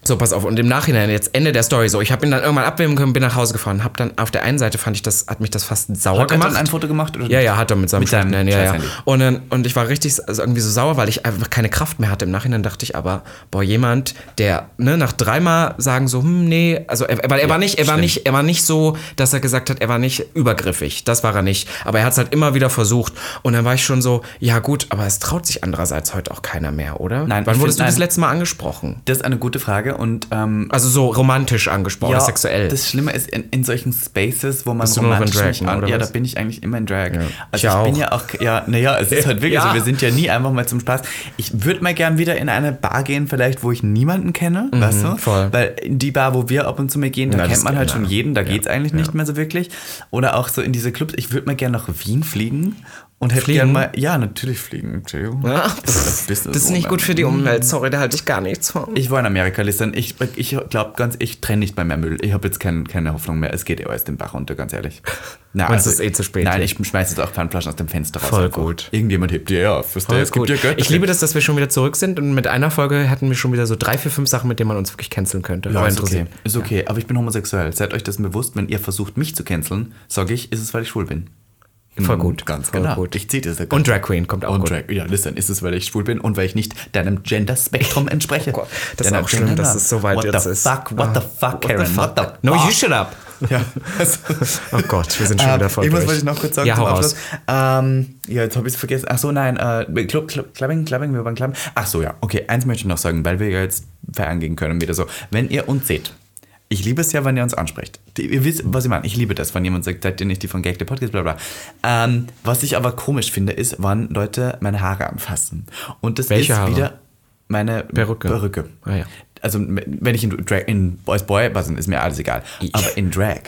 so pass auf, und im Nachhinein, jetzt Ende der Story, so, ich habe ihn dann irgendwann abwimmen können, bin nach Hause gefahren, hab dann, auf der einen Seite fand ich das, hat mich das fast sauer
Hat er
gemacht.
dann ein Foto gemacht? Oder
Ja, ja, hat er mit seinem
Mit seinem
Schnittnen, ja, ja.
Scheißhandy.
Und, dann, und ich war richtig also irgendwie so sauer, weil ich einfach keine Kraft mehr hatte. Im Nachhinein dachte ich aber, boah, jemand, der ne, nach dreimal sagen so, hm, nee, also er, weil er war nicht, er war
stimmt.
nicht, er war nicht so, dass er gesagt hat, er war nicht übergriffig. Das war er nicht. Aber er hat es halt immer wieder versucht. Und dann war ich schon so, ja gut, aber es traut sich andererseits heute auch keiner mehr, oder?
Nein,
Wann
ich
wurdest
find-
du das
nein.
letzte Mal angesprochen?
Das ist eine gute Frage und ähm,
Also so romantisch angesprochen,
ja,
sexuell. [laughs]
Das Schlimme ist, in, in solchen Spaces, wo man
Bist du nur noch in
romantisch
Drag,
nicht
ne,
an,
oder
Ja, da
was?
bin ich eigentlich immer in Drag. Also
Ich
ich, bin
auch.
ja auch, ja, naja, es ist halt wirklich
Ja.
so, wir sind ja nie einfach mal zum Spaß. Ich würde mal gern wieder in eine Bar gehen, vielleicht, wo ich niemanden kenne, weißt du?
Mhm, voll.
Weil in die Bar, wo wir ab und zu mal gehen, da
Na, das
kennt man
geht-
halt
na.
schon jeden, da geht's eigentlich nicht mehr so wirklich. Oder auch so in diese Clubs, ich würde mal gern nach Wien fliegen. Und hätte
Fliegen?
gern mal, ja, natürlich fliegen, Entschuldigung.
Ja,
Das ne? ist
pff,
ein Business
das ist nicht
Woman.
gut für die Umwelt, sorry, da halte ich gar nichts von.
Ich war in Amerika, Listen. Ich, ich glaube ganz, ich trenne nicht bei mehr Müll. Ich habe jetzt kein, keine Hoffnung mehr. Es geht eh alles den Bach runter, ganz ehrlich. Na, also
Meinst du, es ist eh zu spät
Nein,
jetzt?
ich schmeiße jetzt auch Pfandflaschen aus dem Fenster raus.
Voll
einfach.
gut.
Irgendjemand hebt die ja auf. verstehst du?
Voll
Es gibt
gut.
ja Geld.
ich liebe das, dass wir schon wieder zurück sind und mit einer Folge hatten wir schon wieder so drei, vier, fünf Sachen, mit denen man uns wirklich canceln könnte.
Ja,
Aber
ist okay.
interessiert.
Ist okay, aber ich bin homosexuell. Seid euch dessen bewusst, wenn ihr versucht, mich zu canceln, sage ich, ist es, weil ich schwul bin.
Voll
Mhm,
gut.
Ganz
Voll
genau.
gut.
Ich ziehe das ja
Und Drag Queen kommt auch
Und
gut.
Drag, ja, listen, ist es, weil ich schwul bin und weil ich nicht deinem Gender-Spektrum
[laughs]
entspreche.
Oh Gott, das ist
Deiner
auch schlimm, dass es so weit
what
jetzt
the
ist. Ah.
Fuck, what the fuck, Karen? What the fuck?
No, you shut up.
[laughs] Ja.
Oh Gott, wir sind schon
Ähm,
wieder voll
Irgendwas
durch.
wollte ich noch kurz sagen
Ja,
zum
hau raus.
Abschluss. Ähm, ja, jetzt habe ich es vergessen. Ach so, nein, äh, Club, Club, Clubbing, Clubbing, wir waren Clubbing. Ach so, ja, okay, eins möchte ich noch sagen, weil wir ja jetzt feiern gehen können wieder so. Wenn ihr uns seht, ich liebe es ja, wenn ihr uns ansprecht. Die, ihr wisst, was ich meine. Ich liebe das, wenn jemand sagt, seid ihr nicht die von Gag, der Podcast, bla bla. Ähm, was ich aber komisch finde, ist, wann Leute meine Haare anfassen. Und das
Welche
ist
Haare?
wieder meine
Perücke.
Perücke.
Ah, ja.
Also wenn ich in Drag, in Boys Boy war, ist mir alles egal. Aber in Drag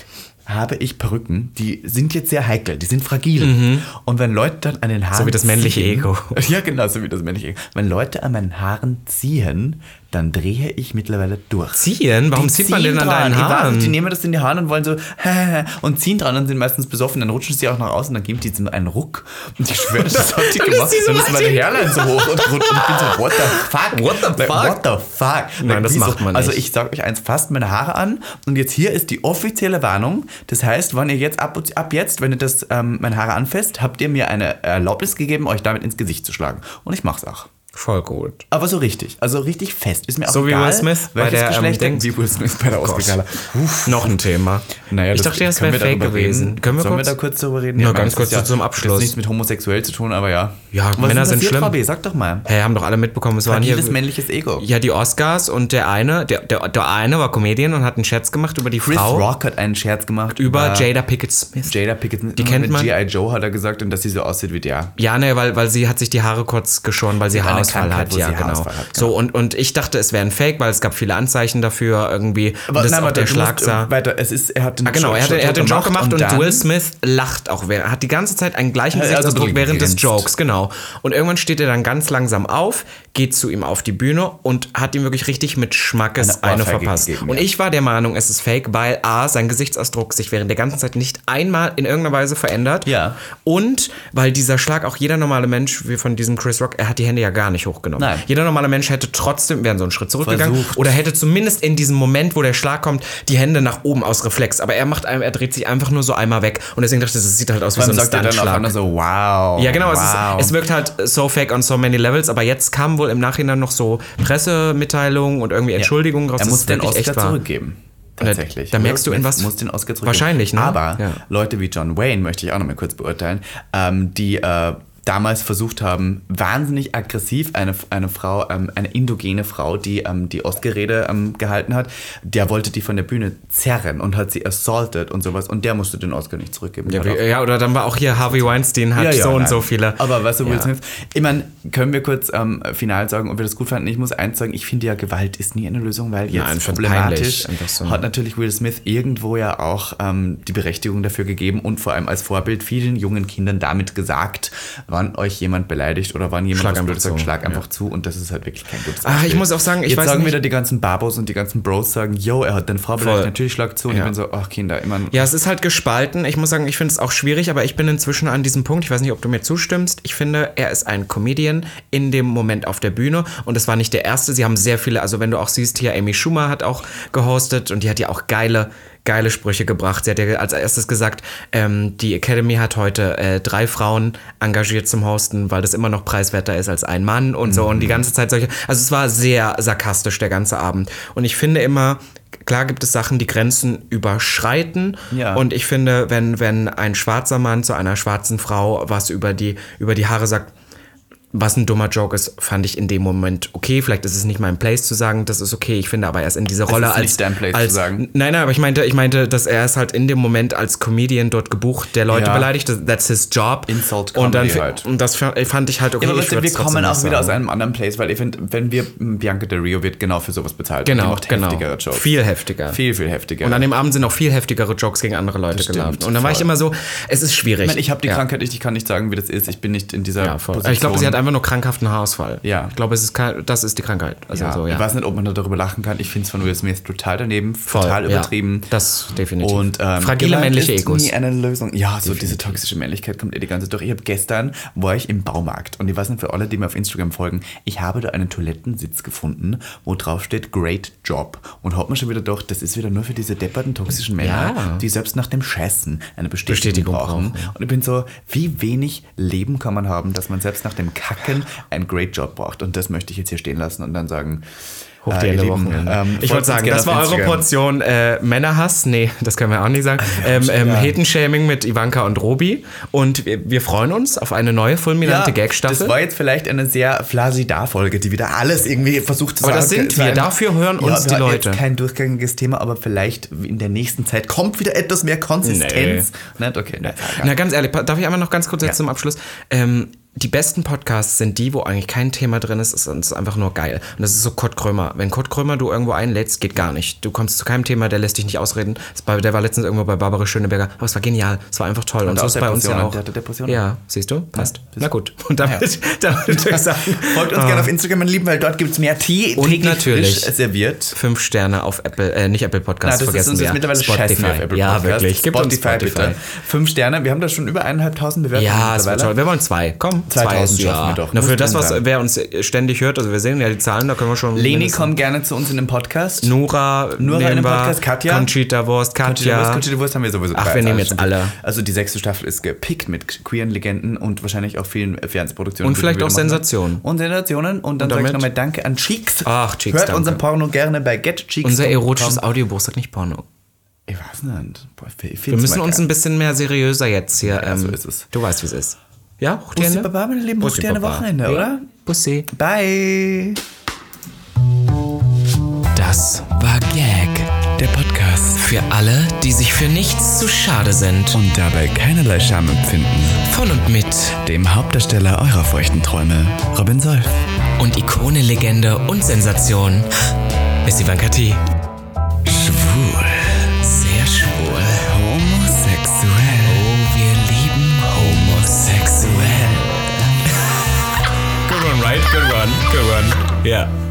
habe ich Perücken, die sind jetzt sehr heikel, die sind fragil. Und wenn Leute dann an den Haaren
Mhm. wie das männliche Ego.
[laughs] ja genau, so wie das männliche Ego. Wenn Leute an meinen Haaren ziehen, dann drehe ich mittlerweile durch.
Ziehen? Warum zieht man
ziehen
denn an deinen
dran. Ich weiß
Haaren?
nicht, Die nehmen das in die Haare und wollen so [laughs] und ziehen dran und sind meistens besoffen. Dann rutschen sie auch nach außen, dann gibt die so einen Ruck. Und ich schwöre,
[laughs]
das hat die
Dann ist
gemacht.
sie so
dann ist meine
richtig-
Hairline so hoch und runter. Und ich bin so, what the fuck?
What the
Like,
fuck?
What the fuck?
Nein, das
wieso?
macht man
Also
nicht.
ich sag euch eins, fasst meine Haare an und jetzt hier ist die offizielle Warnung. Das heißt, wenn ihr jetzt ab, und- ab jetzt, wenn ihr das ähm, meine Haare anfasst, habt ihr mir eine Erlaubnis gegeben, euch damit ins Gesicht zu schlagen. Und ich mach's auch.
Voll gut.
Aber so richtig, also richtig fest. Ist mir auch
So wie
egal,
Will Smith bei
welches
der, ähm,
Geschlecht Oh
Dings.
wie Will Smith bei der
Gott.
Ausbegala.
Noch ein Thema. ich dachte, das wäre fake gewesen.
Können wir, Sollen
kurz?
wir da kurz drüber reden?
Ja,
Ich meine,
ganz
das
kurz
ist
so zum Abschluss.
Das hat nichts mit homosexuell zu tun, aber ja.
Ja,
Was ist
Männer
denn
sind
passiert,
schlimm.
Frau B? Sag doch mal.
Hey, haben doch alle mitbekommen, es waren hier.
Fragiles männliches Ego.
Ja, die Oscars und der eine, der, der, der eine war Comedian und hat einen Scherz gemacht über die
Chris
Frau.
Rock hat einen Scherz gemacht
Über Jada Pickett Smith.
Jada Pickett. Die
kennt man.
G.I. Joe hat er gesagt und dass sie so aussieht wie der.
Ja, ne, weil, weil sie hat sich die Haare kurz geschoren, weil sie
Mit einer
Haarausfall
Krankheit,
hat.
wo
Ja,
sie
genau.
Haarausfall hat,
So, und, und ich dachte, es wäre ein Fake, weil es gab viele Anzeichen dafür irgendwie. und das ist auch der
warte, du musst,
Schlag sah.
äh, Weiter, es ist, er hat den
Ah, genau, er hat, er hat den Joke gemacht und, Will Smith lacht auch. Er hat die ganze Zeit einen gleichen
Also
Gesichtsausdruck
drin
während des
gegrinst.
Jokes, genau. Und irgendwann steht er dann ganz langsam auf, geht zu ihm auf die Bühne und hat ihm wirklich richtig mit Schmackes
Eine
eine,
Ohrfeige
verpasst.
gegeben,
und
ja.
ich war der Meinung, es ist fake, weil A, sein Gesichtsausdruck sich während der ganzen Zeit nicht einmal in irgendeiner Weise verändert.
Ja.
Und weil dieser Schlag auch jeder normale Mensch, wie von diesem Chris Rock, er hat die Hände ja gar nicht hochgenommen.
Nein.
Jeder normale Mensch hätte trotzdem, wäre so einen Schritt zurückgegangen
Versucht.
oder hätte zumindest in diesem Moment, wo der Schlag kommt, die Hände nach oben aus Reflex. Aber er macht einem, er dreht sich einfach nur so einmal weg und deswegen dachte ich, das sieht halt aus wie so
Dann
ein
sagt er dann auf
Stuntschlag.
einmal so, wow.
Ja, genau,
wow.
es, ist, es wirkt halt so fake on so many levels, aber jetzt kamen wohl im Nachhinein noch so Pressemitteilungen und irgendwie Entschuldigungen raus.
Er
dass
muss
es
den
wirklich
Oscar
war. Äh,
zurückgeben. Tatsächlich.
da
Will
merkst du, in
Smith
was-
Muss den Oscar zurückgeben.
Wahrscheinlich, ne?
Aber
Ja.
Leute wie John Wayne möchte ich auch nochmal kurz beurteilen, ähm, die äh, damals versucht haben, wahnsinnig aggressiv eine, eine Frau, ähm, eine indogene Frau, die ähm, die Oscar-Rede ähm, gehalten hat, der wollte die von der Bühne zerren und hat sie assaulted und sowas und der musste den Oscar nicht zurückgeben.
Ja,
Hat auch-
wie, ja, oder dann war auch hier Harvey Weinstein hat
Ja, ja,
so und
nein.
so viele.
Aber weißt du, Will
Ja.
Smith, ich meine, können wir kurz ähm, final sagen, ob wir das gut fanden? Ich muss eins sagen, ich finde ja, Gewalt ist nie eine Lösung, weil jetzt
Nein, ich find's
problematisch
peinlich, einfach so.
hat natürlich Will Smith irgendwo ja auch ähm, die Berechtigung dafür gegeben und vor allem als Vorbild vielen jungen Kindern damit gesagt, wann euch jemand beleidigt oder wann jemand
Schlag
was
einfach
Blödes sagt,
zu.
schlag
Ja.
einfach zu und das ist halt wirklich kein gutes
Ach, ich
Beispiel.
muss auch sagen, ich
jetzt
weiß
sagen
nicht-
wieder die ganzen Babos und die ganzen Bros sagen, yo, er hat den Frau beleidigt,
Voll.
natürlich schlag zu und ich
Ja.
bin so, ach Kinder, ich meine,
Ja, es ist halt gespalten. Ich muss sagen, ich finde es auch schwierig, aber ich bin inzwischen an diesem Punkt. Ich weiß nicht, ob du mir zustimmst. Ich finde, er ist ein Comedian in dem Moment auf der Bühne und es war nicht der erste. Sie haben sehr viele, also wenn du auch siehst, hier Amy Schumer hat auch gehostet und die hat ja auch geile, geile Sprüche gebracht. Sie hat ja als erstes gesagt, ähm, die Academy hat heute äh, drei Frauen engagiert zum Hosten, weil das immer noch preiswerter ist als ein Mann und so und die ganze Zeit solche. Also es war sehr sarkastisch der ganze Abend und ich finde immer, klar gibt es Sachen, die Grenzen überschreiten.
Ja.
Und ich finde, wenn, wenn ein schwarzer Mann zu einer schwarzen Frau was über die, über die Haare sagt, was ein dummer Joke ist, fand ich in dem Moment okay. Vielleicht ist es nicht mein Place zu sagen, das ist okay. Ich finde aber erst in dieser Rolle
ist
als.
nicht dein Place zu
als,
sagen.
Nein, nein, aber ich meinte, ich meinte, dass er ist halt in dem Moment als Comedian dort gebucht, der Leute
Ja.
beleidigt. That's his job.
Insult
und dann,
Comedy halt.
Und das fa- fand ich halt okay.
Ja, aber
ich
weißt du,
würd's
wir
trotzdem
kommen auch
nicht
wieder aus
sagen.
einem anderen Place, weil ich finde, wenn wir, m, Bianca Del Rio wird genau für sowas bezahlt. Die
Genau,
macht heftigere
genau.
Jobs.
Viel heftiger.
viel, viel heftiger.
Und an dem Abend sind auch viel heftigere Jokes gegen andere Leute
stimmt,
gelaufen. Und dann war ich
voll.
immer so, es ist schwierig.
ich meine, ich habe die
ja.
Krankheit, ich, ich kann nicht sagen, wie das ist. Ich bin nicht in dieser
Ja, voll.
Position.
Ich glaube, sie hat einfach nur krankhaften Haarausfall.
Ja.
Ich glaube, es ist kein, das ist die Krankheit. Also
ja,
so, ja.
Ich weiß nicht, ob man da darüber lachen kann. Ich finde es von Will Smith total daneben,
Voll,
total
ja.
übertrieben.
Das definitiv.
Und ähm,
fragile
Gewalt
männliche
ist
Egos.
nie eine Lösung. Ja, so diese toxische Männlichkeit kommt eh die ganze Zeit durch. Ich habe gestern war ich im Baumarkt und ich weiß nicht für alle, die mir auf Instagram folgen, ich habe da einen Toilettensitz gefunden, wo drauf steht Great Job und hab mir schon wieder gedacht, das ist wieder nur für diese depperten toxischen Männer,
Ja.
die selbst nach dem Scheißen eine Bestätigung,
Bestätigung
brauchen.
brauchen.
Und ich bin so, wie wenig Leben kann man haben, dass man selbst nach dem Kacken einen Great Job braucht und das möchte ich jetzt hier stehen lassen und dann sagen
Hoch die
äh, ihr
Ende
Lieben,
Wochenende.
ähm,
ich
folgt
wollte
uns
sagen,
gerne
das
auf
war eure
Instagram.
Portion äh, Männerhass. Nee, das können wir auch nicht sagen. Ähm, ähm, Hetenshaming mit Ivanka und Robi. Und wir, wir freuen uns auf eine neue fulminante Gagstaffel.
Das war jetzt vielleicht eine sehr Flasida-Folge, die wieder alles irgendwie versucht zu
Aber das
sagen.
sind wir. Dafür hören
ja,
uns
wir
die
hatten
Leute.
Jetzt kein durchgängiges Thema, aber vielleicht in der nächsten Zeit kommt wieder etwas mehr Konsistenz. Nicht? Okay, nein,
[laughs] Na, ganz ehrlich, pa- darf ich einmal noch ganz kurz jetzt zum Abschluss? Ähm, die besten Podcasts sind die, wo eigentlich kein Thema drin ist, ist- und es ist einfach nur geil. Und das ist so Kurt Krömer. Wenn Kurt Krömer du irgendwo einlädst, geht gar nicht. Du kommst zu keinem Thema, der lässt dich nicht ausreden. Das war, der war letztens irgendwo bei Barbara Schöneberger. Aber es war genial. Es war einfach toll. Und, so
auch
ist bei uns ja
Depressionen.
auch.
Der hatte Depressionen.
ja, siehst du? Passt. Na gut. Und damit, [laughs] damit würde ich sagen,
Folgt uns gerne auf Instagram, meine Lieben, weil dort gibt es mehr Tee
ah. Und
täglich
natürlich-
frisch serviert.
fünf Sterne auf Apple, äh, nicht Apple Podcasts,
Na, das ist
vergessen
uns jetzt
wir.
mittlerweile scheißen wir auf Apple
Ja,
Podcasts.
wirklich. Gib uns
Spotify, bitte. Fünf Sterne. Wir haben da schon über eineinhalbtausend Bewertungen
Ja, es wird
Also mittlerweile.
toll. Wir wollen zwei. Komm,
2000
zwei ist-
schaffen wir doch.
Na,
Muss
für das, was
drin sein.
wer uns ständig hört, also wir sehen ja die Zahlen, da können wir schon.
Leni,
mindestens-
komm gerne zu uns in den Podcast.
Nura,
Nura in
nehmen
den
wir,
Podcast, Katja.
Conchita Wurst,
Conchita Wurst,
Katja.
Conchita Wurst haben wir sowieso.
Ach,
dabei,
wir nehmen
alles
jetzt
schon
alle.
Also die sechste Staffel ist gepickt mit queeren Legenden und wahrscheinlich auch vielen Fernsproduktionen.
Und
die wir
vielleicht
wieder
auch
machen.
Sensationen.
Und Sensationen. Und dann sage ich
damit-
nochmal Danke an Cheeks.
Ach, Cheeks,
Hört
danke.
unseren Porno gerne bei Get Cheeks.
Unser erotisches Audiobuch sagt nicht Porno.
Ich weiß nicht. Boah, ich find's
Wir müssen
mal
uns
geil.
ein bisschen mehr seriöser jetzt hier.
Ja, so
ähm,
ist es.
Du weißt, wie es ist. Ja, hoch die
Bussi
Hände.
Baba, meine Lieben, hoch
Bussi
die Hände
Baba.
Wochenende,
Ja.
oder?
Bussi.
Bye.
Das war Gag.
Der Podcast.
Für alle, die sich für nichts zu schade sind.
Und dabei keinerlei Scham empfinden.
Von und mit
Dem Hauptdarsteller eurer feuchten Träume, Robin Solf.
und Ikone, Legende und Sensation ist Ivanka T.
Schwul.
Sehr schwul.
Homosexuell.
Oh, wir lieben homosexuell.
Good one, right? Good one. Good one. Yeah.